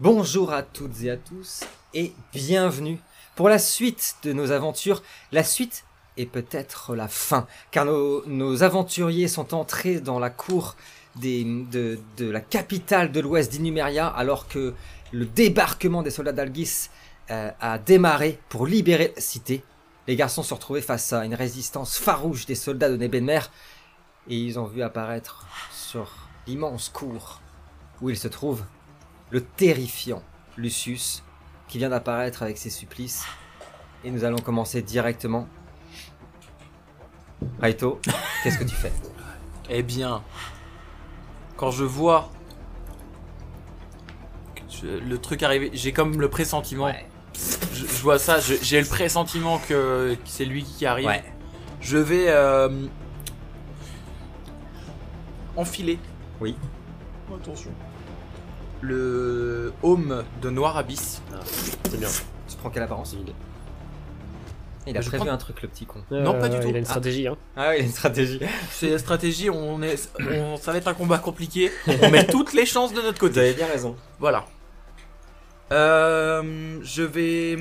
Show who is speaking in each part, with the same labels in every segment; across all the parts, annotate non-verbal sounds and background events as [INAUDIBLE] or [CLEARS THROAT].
Speaker 1: Bonjour à toutes et à tous et bienvenue pour la suite de nos aventures. La suite est peut-être la fin, car nos, nos aventuriers sont entrés dans la cour des- de, de la capitale de l'ouest d'Inumeria alors que le débarquement des soldats d'Algis euh, a démarré pour libérer la cité. Les garçons se retrouvaient face à une résistance farouche des soldats de Nebenmer et ils ont vu apparaître sur l'immense cour où ils se trouvent le terrifiant Lucius qui vient d'apparaître avec ses supplices. Et nous allons commencer directement. Raito, qu'est-ce que tu fais
Speaker 2: Eh bien, quand je vois que je- le truc arriver, j'ai comme le pressentiment.
Speaker 1: Ouais.
Speaker 2: Je, je vois ça, je- j'ai le pressentiment que, que c'est lui qui arrive. Je vais euh, enfiler.
Speaker 1: Oui.
Speaker 2: Attention. Le home de Noir Abyss.
Speaker 3: C'est bien.
Speaker 1: Tu prends quelle apparence
Speaker 3: C'est bien.
Speaker 1: Il a
Speaker 2: Je
Speaker 1: prévu
Speaker 2: prends-
Speaker 1: un truc, le petit con.
Speaker 2: Non, pas du tout.
Speaker 3: Euh, Il a une
Speaker 2: Ah.
Speaker 3: stratégie, hein.
Speaker 1: Ah oui, il a une stratégie.
Speaker 2: C'est la stratégie, on est, on, ça va être un combat compliqué. On met toutes les chances de notre côté.
Speaker 1: bien raison.
Speaker 2: Voilà. Euh, je vais.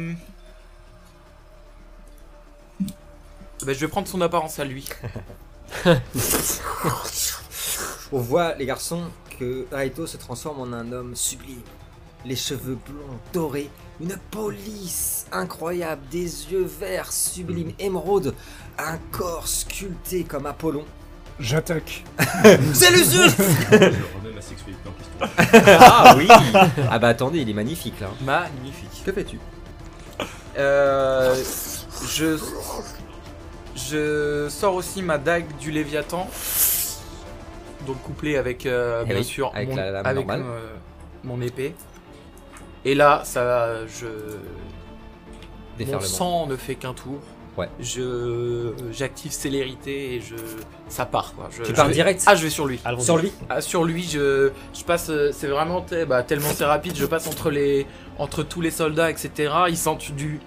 Speaker 2: Bah, je vais prendre son apparence à lui.
Speaker 1: On voit, les garçons, que Raito se transforme en un homme sublime. Les cheveux blonds, dorés, une police incroyable, des yeux verts sublimes, émeraude, un corps sculpté comme Apollon.
Speaker 4: J'attaque.
Speaker 1: C'est Lucius
Speaker 5: Je le remets ma sexualité en question.
Speaker 1: Ah oui Ah bah attendez, il est magnifique là.
Speaker 2: Magnifique.
Speaker 1: Que fais-tu
Speaker 2: Euh, je. Je sors aussi ma dague du Léviathan. Donc couplée avec, euh,
Speaker 1: Eh
Speaker 2: bien
Speaker 1: oui,
Speaker 2: sûr,
Speaker 1: avec
Speaker 2: mon,
Speaker 1: la lame
Speaker 2: avec,
Speaker 1: normale.
Speaker 2: euh, mon épée. Et là, ça. Je. Mon sang ne fait qu'un tour.
Speaker 1: Ouais.
Speaker 2: Je j'active célérité et je ça part quoi. Je,
Speaker 1: Tu
Speaker 2: je
Speaker 1: pars
Speaker 2: vais-
Speaker 1: direct
Speaker 2: Ah je vais sur lui.
Speaker 3: Allons-y.
Speaker 1: sur lui
Speaker 2: Ah, sur lui je je passe euh, c'est vraiment t- bah, tellement c'est rapide je passe entre les entre tous les soldats etc. Ils sentent du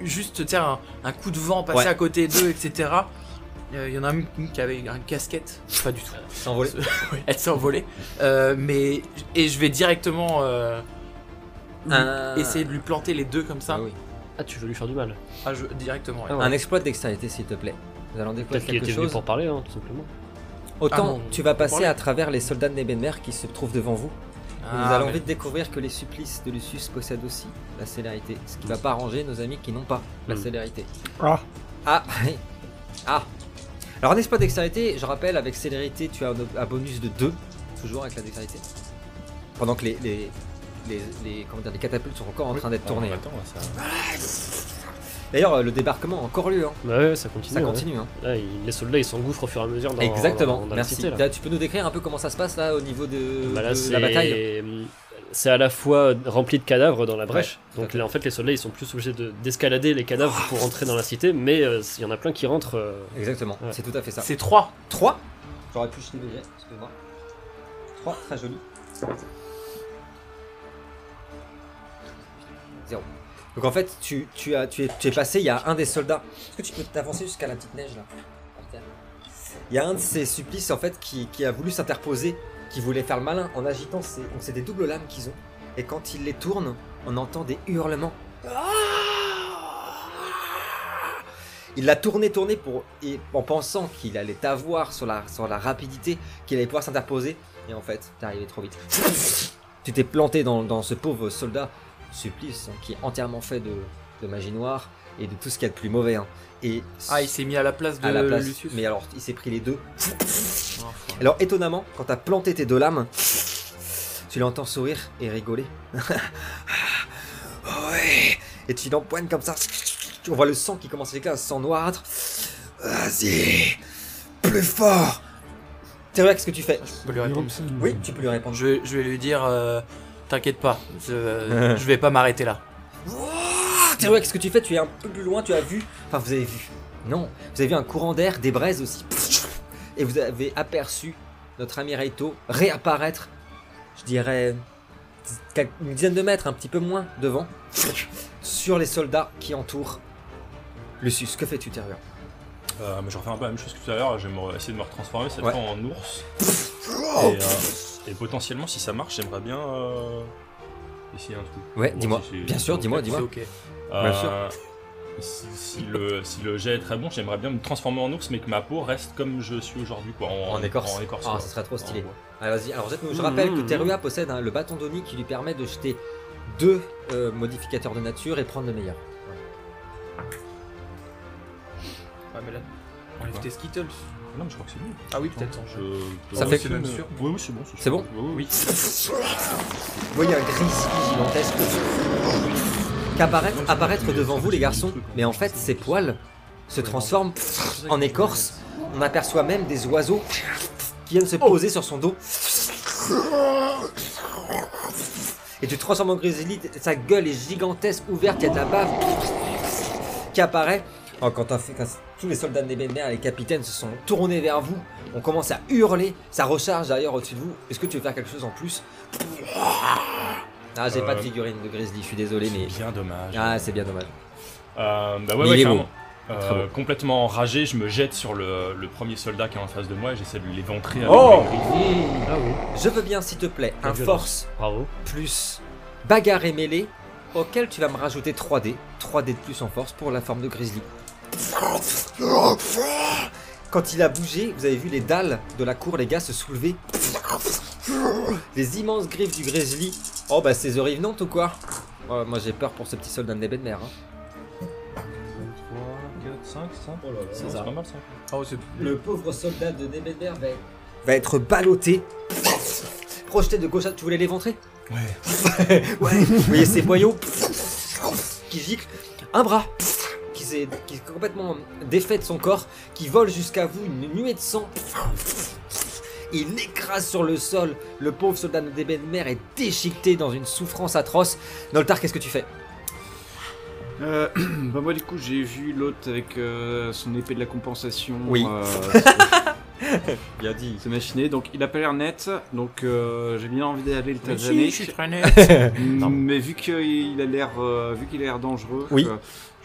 Speaker 2: juste tiens un, un coup de vent passer
Speaker 1: Ouais.
Speaker 2: à côté d'eux etc. Euh, Il y en a un qui avait une casquette. Pas du tout.
Speaker 1: S'envoler.
Speaker 2: Elle s'est envolée. Euh, mais et je vais directement euh, lui-
Speaker 1: Ah.
Speaker 2: essayer de lui planter les deux comme ça.
Speaker 1: Ah oui.
Speaker 3: Ah, tu veux lui faire du mal.
Speaker 2: Ah, je- directement. ouais.
Speaker 3: Ah ouais.
Speaker 1: Un exploit de dextérité s'il te plaît. Nous allons déployer
Speaker 3: Peut-être qu'il
Speaker 1: quelque
Speaker 3: était venu
Speaker 1: chose.
Speaker 3: pour parler, hein, tout simplement.
Speaker 1: Autant
Speaker 2: Ah non,
Speaker 1: tu vas
Speaker 2: pour
Speaker 1: passer
Speaker 2: parler.
Speaker 1: à travers les soldats de Nebenmer qui se trouvent devant vous.
Speaker 2: Ah,
Speaker 1: nous allons
Speaker 2: mais-
Speaker 1: vite découvrir que les supplices de Lucius possèdent aussi la célérité. Ce
Speaker 2: Mm.
Speaker 1: qui va pas arranger nos amis qui n'ont pas la
Speaker 3: Mm.
Speaker 1: célérité.
Speaker 4: Ah,
Speaker 1: Ah oui. Ah Alors un exploit de dextérité, je rappelle, avec célérité tu as un, un bonus de 2, toujours avec la dextérité. Pendant que les. les... Les, les- comment dire, les catapultes sont encore en train d'être hein. tournées.
Speaker 5: Oh, Attends, là, ça.
Speaker 1: D'ailleurs, euh, le débarquement a encore lieu. hein.
Speaker 3: Bah ouais, ça continue.
Speaker 1: Ça
Speaker 3: ouais.
Speaker 1: continue. hein.
Speaker 3: Là, il- les soldats, ils s'engouffrent au fur et à mesure dans,
Speaker 1: Exactement.
Speaker 3: dans- dans
Speaker 1: Merci.
Speaker 3: la cité. là.
Speaker 1: Là, tu peux nous décrire un peu comment ça se passe là au niveau de,
Speaker 3: Bah là,
Speaker 1: de
Speaker 3: c'est-
Speaker 1: la bataille
Speaker 3: C'est à la fois rempli de cadavres dans la brèche.
Speaker 1: tout à
Speaker 3: donc
Speaker 1: fait. Oh,
Speaker 3: là, en fait, les soldats, ils sont plus obligés de- d'escalader les cadavres pour rentrer dans la cité, mais euh, il y en a plein qui rentrent. euh,
Speaker 1: Exactement.
Speaker 3: Ouais.
Speaker 1: C'est tout à fait ça.
Speaker 2: C'est 3.
Speaker 1: 3 J'aurais pu jeter des jets, excuse-moi. 3, très joli. 0. Donc en fait, tu, tu, as, tu, es, tu es passé, il y a un des soldats. Est-ce que tu peux t'avancer jusqu'à la petite neige là par terre Il y a un de ces supplices en fait qui, qui a voulu s'interposer, qui voulait faire le malin en agitant ses. Donc c'est des doubles lames qu'ils ont. Et quand ils les tournent, on entend des hurlements. Ah Il l'a tourné, tourné pour, et en pensant qu'il allait t'avoir sur la, sur la rapidité, qu'il allait pouvoir s'interposer. Et en fait, t'es arrivé trop vite. [LAUGHS] tu t'es planté dans, dans ce pauvre soldat supplice hein, qui est entièrement fait de, de magie noire et de tout ce qu'il y a de plus mauvais. hein. Et
Speaker 2: Ah, il s'est mis à la place de
Speaker 1: à la place.
Speaker 2: Lucius.
Speaker 1: Mais alors, il s'est pris les deux.
Speaker 2: Oh, enfin.
Speaker 1: Alors, étonnamment, quand t'as planté tes deux lames, tu l'entends sourire et rigoler. [LAUGHS] ouais Et tu l'empoignes comme ça. On voit le sang qui commence à s'éclater, un sang noirâtre. Vas-y Plus fort Théoria, qu'est-ce que tu fais
Speaker 2: Je peux lui répondre.
Speaker 1: Oui, tu peux lui répondre.
Speaker 2: Je, je vais lui dire euh, T'inquiète pas,
Speaker 1: [LAUGHS]
Speaker 2: je, je vais pas m'arrêter là.
Speaker 1: Théoria, qu'est-ce que tu fais Tu es un peu plus loin, tu as vu. Enfin, vous avez vu. Non, vous avez vu un courant d'air, des braises aussi. Et vous avez aperçu notre ami Raito réapparaître, je dirais, quelques- une dizaine de mètres, un petit peu moins devant, sur les soldats qui entourent Lucius. Que fais-tu, Théoria
Speaker 5: Euh, mais je refais un peu la même chose que tout à l'heure. Je vais me- essayer de me retransformer cette
Speaker 1: Ouais.
Speaker 5: fois en ours. Et, euh, et potentiellement, si ça marche, j'aimerais bien euh, ici un truc.
Speaker 1: Ouais,
Speaker 5: Bon,
Speaker 1: dis-moi.
Speaker 5: si c'est-
Speaker 1: Bien sûr,
Speaker 5: ok.
Speaker 1: dis-moi,
Speaker 2: C'est
Speaker 1: dis-moi.
Speaker 2: ok.
Speaker 1: Bien sûr.
Speaker 5: Euh, si, si le, si le jet est très bon, j'aimerais bien me transformer en ours, mais que ma peau reste comme je suis aujourd'hui, quoi. En,
Speaker 1: En écorce.
Speaker 5: En écorce.
Speaker 1: Ah,
Speaker 5: ouais.
Speaker 1: ce serait trop stylé.
Speaker 5: En bois.
Speaker 1: Allez, vas-y. Alors, jette-nous. Je
Speaker 3: Mmh,
Speaker 1: rappelle que
Speaker 3: mmh,
Speaker 1: Terua possède hein, le bâton d'Oni qui lui permet de jeter deux euh, modificateurs de nature et prendre le meilleur.
Speaker 2: Ouais, mais là, enlève
Speaker 5: Quoi
Speaker 2: tes Skittles.
Speaker 5: Non, mais je crois que c'est bon.
Speaker 2: Ah oui, peut-être.
Speaker 5: Je...
Speaker 1: Ça
Speaker 5: Ouais,
Speaker 1: fait-
Speaker 5: hein. c'est même sûr. Oui, oui, c'est bon.
Speaker 1: C'est bon
Speaker 5: Oui, oui.
Speaker 1: Vous voyez un grizzly gigantesque qu'apparaître apparaître devant vous, les garçons. Mais en fait, ses poils se transforment en écorce. On aperçoit même des oiseaux qui viennent se poser sur son dos. Et tu te transformes en grizzly, sa gueule est gigantesque, ouverte, il y a de la bave qui apparaît. Oh, quand, un- quand tous les soldats de Nebenmer et les capitaines se sont tournés vers vous, on commence à hurler, ça recharge d'ailleurs au-dessus de vous. Est-ce que tu veux faire quelque chose en plus Ah, j'ai
Speaker 5: Euh.
Speaker 1: pas de figurine de grizzly, je suis désolé, mais.
Speaker 5: Bien dommage.
Speaker 1: Ah, c'est bien dommage.
Speaker 5: Euh, bah ouais,
Speaker 1: Mais
Speaker 5: ouais,
Speaker 1: il est
Speaker 5: carrément.
Speaker 1: beau.
Speaker 5: Euh,
Speaker 1: Très beau.
Speaker 5: Complètement enragé, je me jette sur le, le premier soldat qui est en face de moi et j'essaie de l'éventrer avec
Speaker 2: Oh
Speaker 5: mes griffes.
Speaker 3: Ah oui,
Speaker 1: Je veux bien, s'il te plaît,
Speaker 3: La
Speaker 1: un
Speaker 3: violence.
Speaker 1: force
Speaker 3: bravo.
Speaker 1: plus bagarre et mêlée auquel tu vas me rajouter 3D. 3D de plus en force pour la forme de Grizzly. Quand il a bougé, vous avez vu les dalles de la cour, les gars, se soulever. Les immenses griffes du Grizzly. Oh bah c'est The Revenant ou quoi Oh, Moi j'ai peur pour ce petit soldat de nez de mer. hein.
Speaker 5: 3, 4, 5, c'est ça
Speaker 1: C'est
Speaker 5: Non,
Speaker 1: ça.
Speaker 5: C'est pas mal ça.
Speaker 2: Oh, c'est
Speaker 1: Le pauvre soldat de nez de mer va, va être ballotté. Projeté de gauche à... Tu voulais l'éventrer
Speaker 5: Ouais.
Speaker 1: [LAUGHS] Ouais, vous voyez ces boyaux qui giclent, un bras qui s'est qui est complètement défait de son corps, qui vole jusqu'à vous, une nuée de sang. Il écrase sur le sol. Le pauvre soldat de bébé de mer est déchiqueté dans une souffrance atroce. Noltar, qu'est-ce que tu fais
Speaker 4: Euh, [CLEARS THROAT] bah moi du coup j'ai vu l'autre avec euh, son épée de la compensation.
Speaker 1: Oui. [LAUGHS]
Speaker 4: euh,
Speaker 1: Bien dit.
Speaker 4: c'est machiné, donc il a pas l'air net, donc euh, j'ai bien envie d'aller le
Speaker 2: Mais si,
Speaker 4: tasaner.
Speaker 2: je suis [LAUGHS] très net.
Speaker 1: Euh,
Speaker 4: Mm, mais vu qu'il a l'air, euh, vu qu'il a l'air dangereux,
Speaker 1: Oui.
Speaker 4: euh,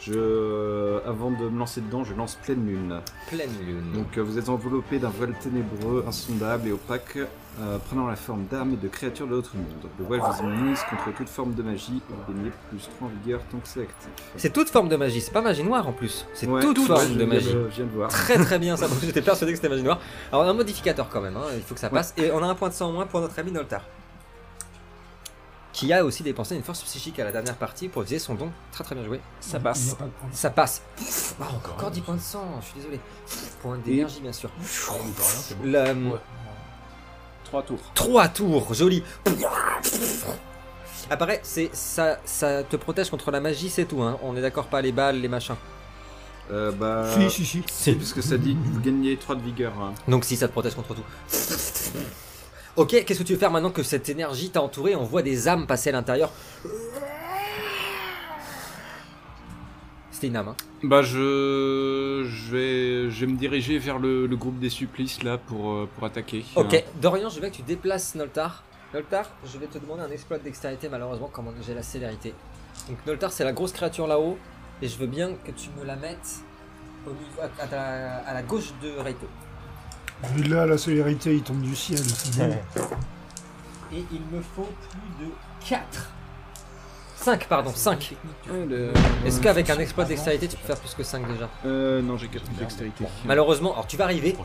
Speaker 4: je, euh, avant de me lancer dedans, je lance pleine lune.
Speaker 1: Pleine lune.
Speaker 4: Donc euh, vous êtes enveloppé d'un voile ténébreux, insondable et opaque, euh, prenant la forme d'âmes et de créatures de l'autre monde. Le voile vous immunise contre toute forme de magie et vous gagnez plus 3 en vigueur tant que c'est actif.
Speaker 1: C'est toute forme de magie. C'est pas magie noire en plus. C'est
Speaker 4: Ouais,
Speaker 1: toute
Speaker 4: ouais,
Speaker 1: forme
Speaker 4: je
Speaker 1: de
Speaker 4: viens
Speaker 1: magie.
Speaker 4: Je viens de voir.
Speaker 1: Très très bien ça. parce que J'étais persuadé que c'était magie noire. Alors on a un modificateur quand même. hein, Il faut que ça passe. Et on a un point de sang en moins pour notre ami Noltar. Qui a aussi dépensé une force psychique à la dernière partie pour utiliser son don. Très très bien joué. Ça passe. Ça passe. Ah, encore, encore 10 points de sang, je suis désolé. Point d'énergie, bien sûr. La- euh,
Speaker 4: Trois tours.
Speaker 1: Trois tours, joli. Apparaît, c'est ça, ça te protège contre la magie, c'est tout. Hein. On est d'accord, pas les balles, les machins.
Speaker 4: Euh, bah,
Speaker 5: si.
Speaker 4: si, parce que ça dit, vous gagnez 3 de vigueur. hein.
Speaker 1: Donc si, ça te protège contre tout. Ok, qu'est-ce que tu veux faire maintenant que cette énergie t'a entouré On voit des âmes passer à l'intérieur. C'était une âme, hein.
Speaker 4: Bah, je, je, vais, je vais me diriger vers le, le groupe des supplices là pour, euh, pour attaquer.
Speaker 1: Ok, Dorian, je veux que tu déplaces Noltar. Noltar, je vais te demander un exploit de dextérité, malheureusement, comme on- j'ai la célérité. Donc Noltar, c'est la grosse créature là-haut, et je veux bien que tu me la mettes au niveau, à, à ta- à la gauche de Reiko.
Speaker 6: Mais là, la célérité, il tombe du ciel. c'est bon.
Speaker 1: [LAUGHS] Et il me faut plus de 4. 5, pardon, 5.
Speaker 4: Euh, le-
Speaker 1: Est-ce qu'avec un exploit de dextérité, tu peux faire plus que 5 déjà
Speaker 4: Euh, non, j'ai 4 de dextérité.
Speaker 1: Malheureusement, alors tu vas arriver,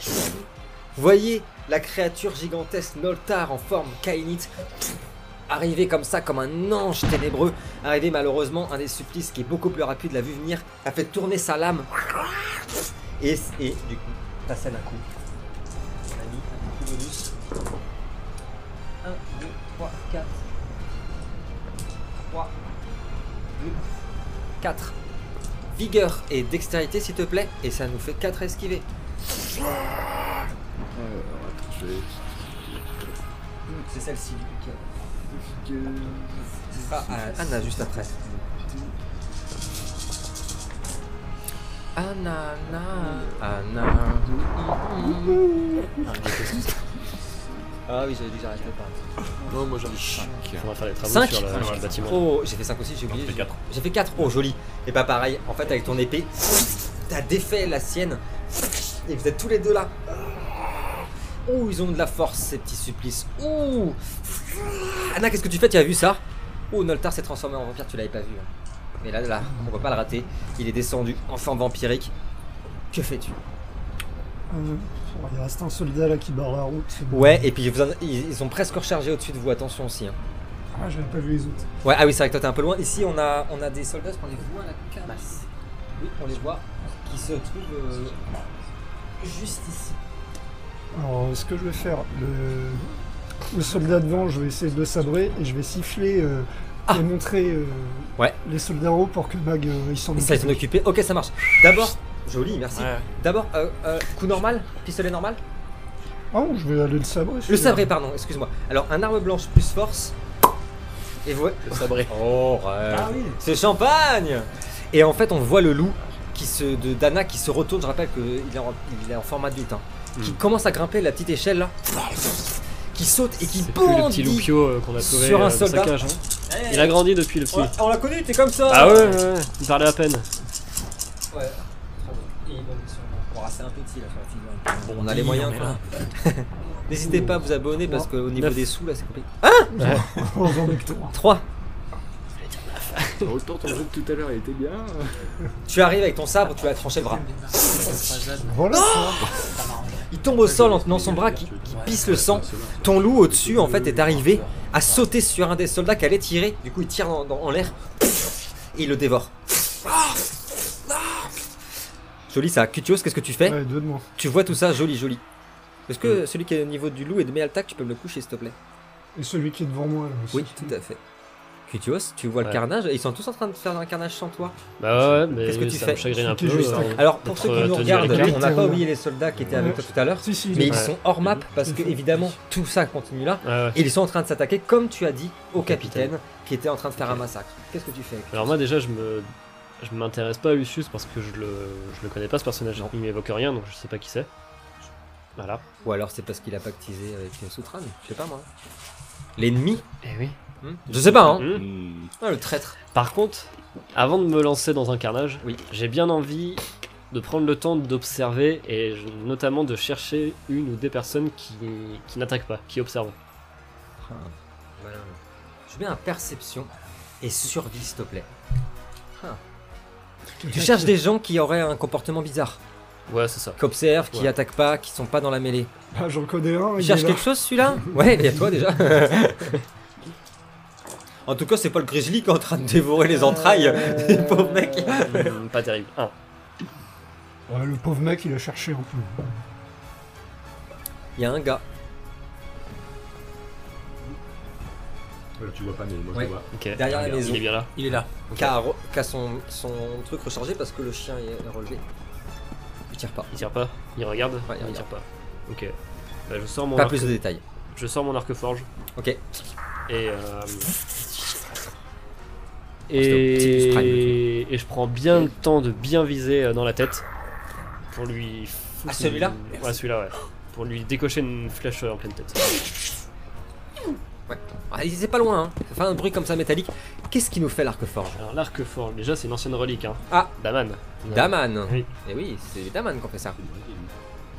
Speaker 1: Voyez la créature gigantesque Noltar en forme kainite arriver comme ça, comme un ange ténébreux. Arriver malheureusement, un des supplices qui est beaucoup plus rapide l'a vu venir, a fait tourner sa lame. Et, et du coup, ta scène un coup. On a mis un coup bonus. 1, 2, 3, 4. 3, 2, 4. Vigueur et dextérité, s'il te plaît. Et ça nous fait 4 esquivés.
Speaker 4: Euh, attends, je vais-
Speaker 1: C'est celle-ci, du coup, qui a-
Speaker 4: Euh,
Speaker 1: Ce sera à Anna juste après. Anna, Anna, Anna. Ah oui, j'avais dit que j'arrêtais pas.
Speaker 2: Non, moi j'en ai
Speaker 3: Faudra faire des travaux
Speaker 1: Cinq
Speaker 3: sur, la- sur le bâtiment.
Speaker 1: Oh, j'ai fait 5 aussi, j'ai oublié.
Speaker 5: J'ai 4.
Speaker 1: J'ai fait 4. Oh, joli. Et pas pareil, en fait, avec ton épée, t'as défait la sienne. Et vous êtes tous les deux là. Oh, ils ont de la force, ces petits supplices. Ouh Anna, qu'est-ce que tu fais Tu as vu ça Oh, Noltar s'est transformé en vampire, tu l'avais pas vu. hein. Mais là, là, on peut pas le rater. Il est descendu en forme vampirique. Que fais-tu
Speaker 6: Euh, il reste un soldat là qui barre la route.
Speaker 1: Ouais, et puis vous en- ils ils ont presque rechargé au-dessus de vous, attention aussi. hein.
Speaker 6: Ah, j'avais pas vu les autres.
Speaker 1: Ouais, ah oui, c'est vrai que toi t'es un peu loin. Ici, on a, on a des soldats, on les voit à la camasse. Oui, on les voit, qui se trouvent euh, juste ici.
Speaker 6: Alors, euh, ce que je vais faire, le, le soldat devant, je vais essayer de le sabrer et je vais siffler euh,
Speaker 1: Ah.
Speaker 6: et montrer euh,
Speaker 1: Ouais.
Speaker 6: les soldats en haut pour que Mag euh, ils s'en
Speaker 1: Et ça, ils
Speaker 6: occupent.
Speaker 1: sont occupés. Ok, ça marche. D'abord, joli, merci.
Speaker 2: Ouais.
Speaker 1: D'abord, euh, euh, coup normal, pistolet normal.
Speaker 6: Ah, non, je vais aller le sabrer.
Speaker 1: Le
Speaker 6: celui-là.
Speaker 1: sabré, pardon, excuse-moi. Alors, un arme blanche plus force. Et vous.
Speaker 2: Le sabré.
Speaker 1: [LAUGHS] Oh,
Speaker 5: Ah oui
Speaker 1: C'est champagne Et en fait, on voit le loup qui se, de Dana qui se retourne. Je rappelle qu'il est, en- il est en forme adulte. hein,
Speaker 3: Hmm.
Speaker 1: Qui commence à grimper la petite échelle là. Qui saute et qui
Speaker 3: C'est plus le
Speaker 1: bondit.
Speaker 3: petit Lupio euh, qu'on a sauvé
Speaker 1: sur un
Speaker 3: euh, de sa
Speaker 1: soldat.
Speaker 3: cage, hein.
Speaker 1: Eh,
Speaker 3: Il a grandi depuis le petit.
Speaker 1: ouais, on l'a connu, t'es comme ça
Speaker 3: Ah ouais, ouais, ouais, il parlait à peine.
Speaker 1: Ouais. Et bon, sur- bon, ah, c'est un petit là sur la figurine. on a les moyens
Speaker 2: on est
Speaker 1: quoi.
Speaker 2: là.
Speaker 1: [LAUGHS] N'hésitez pas à vous abonner parce
Speaker 6: Trois.
Speaker 1: qu'au niveau
Speaker 3: Neuf.
Speaker 1: des sous là c'est compliqué.
Speaker 6: [LAUGHS] Oh, j'en ai que trois.
Speaker 1: 3.
Speaker 4: Autant ton jeu de tout à l'heure, il était bien.
Speaker 1: Tu arrives avec ton sabre, tu vas trancher le bras.
Speaker 6: Voilà.
Speaker 1: Oh Il tombe au sol en tenant son bras qui, qui pisse le sang. Ton loup au-dessus en fait est arrivé à sauter sur un des soldats qui allait tirer. Du coup il tire dans- dans- en l'air et il le dévore. Joli ça. Cutios, qu'est-ce que tu fais
Speaker 6: Ouais, deux de moi.
Speaker 1: Tu vois tout ça, joli, joli. Est-ce que celui qui est au niveau du loup et de Mealtac, tu peux me le coucher s'il te plaît
Speaker 6: Et celui qui est devant moi là aussi.
Speaker 1: Oui, tout à fait. Cutios, tu vois le
Speaker 3: Ouais.
Speaker 1: carnage, ils sont tous en train de faire un carnage sans toi.
Speaker 3: Bah ouais, mais
Speaker 1: Qu'est-ce que tu
Speaker 3: ça
Speaker 1: fais
Speaker 3: me chagrine un peu.
Speaker 6: C'était juste un-
Speaker 3: euh,
Speaker 1: Alors pour
Speaker 3: d'être,
Speaker 1: ceux
Speaker 3: euh,
Speaker 1: qui nous
Speaker 3: tenu
Speaker 1: regardent,
Speaker 3: à l'écart.
Speaker 1: on n'a pas oublié les soldats qui étaient avec toi tout à l'heure,
Speaker 6: Si, si,
Speaker 1: mais ils
Speaker 3: Ouais.
Speaker 1: sont hors map parce que évidemment tout ça continue là.
Speaker 3: Ouais, ouais.
Speaker 1: Et ils sont en train de s'attaquer, comme tu as dit, au capitaine qui était en train de faire un massacre. Qu'est-ce que tu fais
Speaker 3: Alors moi déjà je me je m'intéresse pas à Lucius parce que je le je le connais pas ce personnage, il m'évoque rien donc je sais pas qui c'est. Voilà.
Speaker 1: Ou alors c'est parce qu'il a pactisé avec une soutrane, je sais pas moi. L'ennemi
Speaker 3: Eh oui.
Speaker 1: hein Je sais pas, hein
Speaker 3: Hmm.
Speaker 1: Ah, Le traître.
Speaker 3: Par contre, avant de me lancer dans un carnage,
Speaker 1: Oui.
Speaker 3: j'ai bien envie de prendre le temps d'observer et je- notamment de chercher une ou des personnes qui, qui n'attaquent pas, qui observent.
Speaker 1: Ah, Je mets un perception et survie s'il te plaît. Ah.
Speaker 6: Quelqu'un
Speaker 1: Tu
Speaker 6: qui-
Speaker 1: cherches des gens qui auraient un comportement bizarre,
Speaker 3: Ouais, c'est ça.
Speaker 1: qui observent, qui
Speaker 3: Ouais.
Speaker 1: attaquent pas, qui sont pas dans la mêlée.
Speaker 6: Ah, j'en connais un.
Speaker 1: Il
Speaker 6: il
Speaker 1: cherche
Speaker 6: est là.
Speaker 1: quelque chose celui-là Ouais, il y a toi déjà. en tout cas, c'est pas le grizzly qui est en train de dévorer les entrailles. Le [LAUGHS] pauvre mec.
Speaker 3: Hmm, pas terrible. Un.
Speaker 6: Ouais, le pauvre mec, il a cherché un peu.
Speaker 1: Il y a un gars.
Speaker 5: Ouais, Tu vois pas, mais moi
Speaker 1: Ouais. Euh,
Speaker 5: je vois.
Speaker 3: Ok.
Speaker 1: Derrière la
Speaker 3: Il
Speaker 1: maison.
Speaker 3: est bien là.
Speaker 2: Il
Speaker 1: [LAUGHS]
Speaker 2: est là.
Speaker 1: qui a, re- qui a son, son truc rechargé parce que le chien est relevé. Il tire pas.
Speaker 3: Il tire pas. Il regarde.
Speaker 1: Ouais, il
Speaker 3: il tire pas. Ok. Bah, je sors mon
Speaker 1: Pas
Speaker 3: arc.
Speaker 1: plus de détails.
Speaker 3: Je sors mon arc forge.
Speaker 1: Ok.
Speaker 3: Et. euh,
Speaker 1: Optimus Prime,
Speaker 3: Et... et je prends bien le temps de bien viser euh, dans la tête pour lui. foutre
Speaker 1: Ah, celui-là
Speaker 3: une- Ouais, celui-là, ouais. Pour lui décocher une flèche euh, en pleine tête.
Speaker 1: Ah, il c'est pas loin, hein. Ça fait un bruit comme ça métallique. Qu'est-ce qui nous fait l'arc forge
Speaker 3: Alors, l'arc forge, déjà, c'est une ancienne relique. Hein.
Speaker 1: Ah.
Speaker 3: Daman.
Speaker 1: Daman
Speaker 3: Oui.
Speaker 1: Et oui, c'est Daman qu'on fait ça.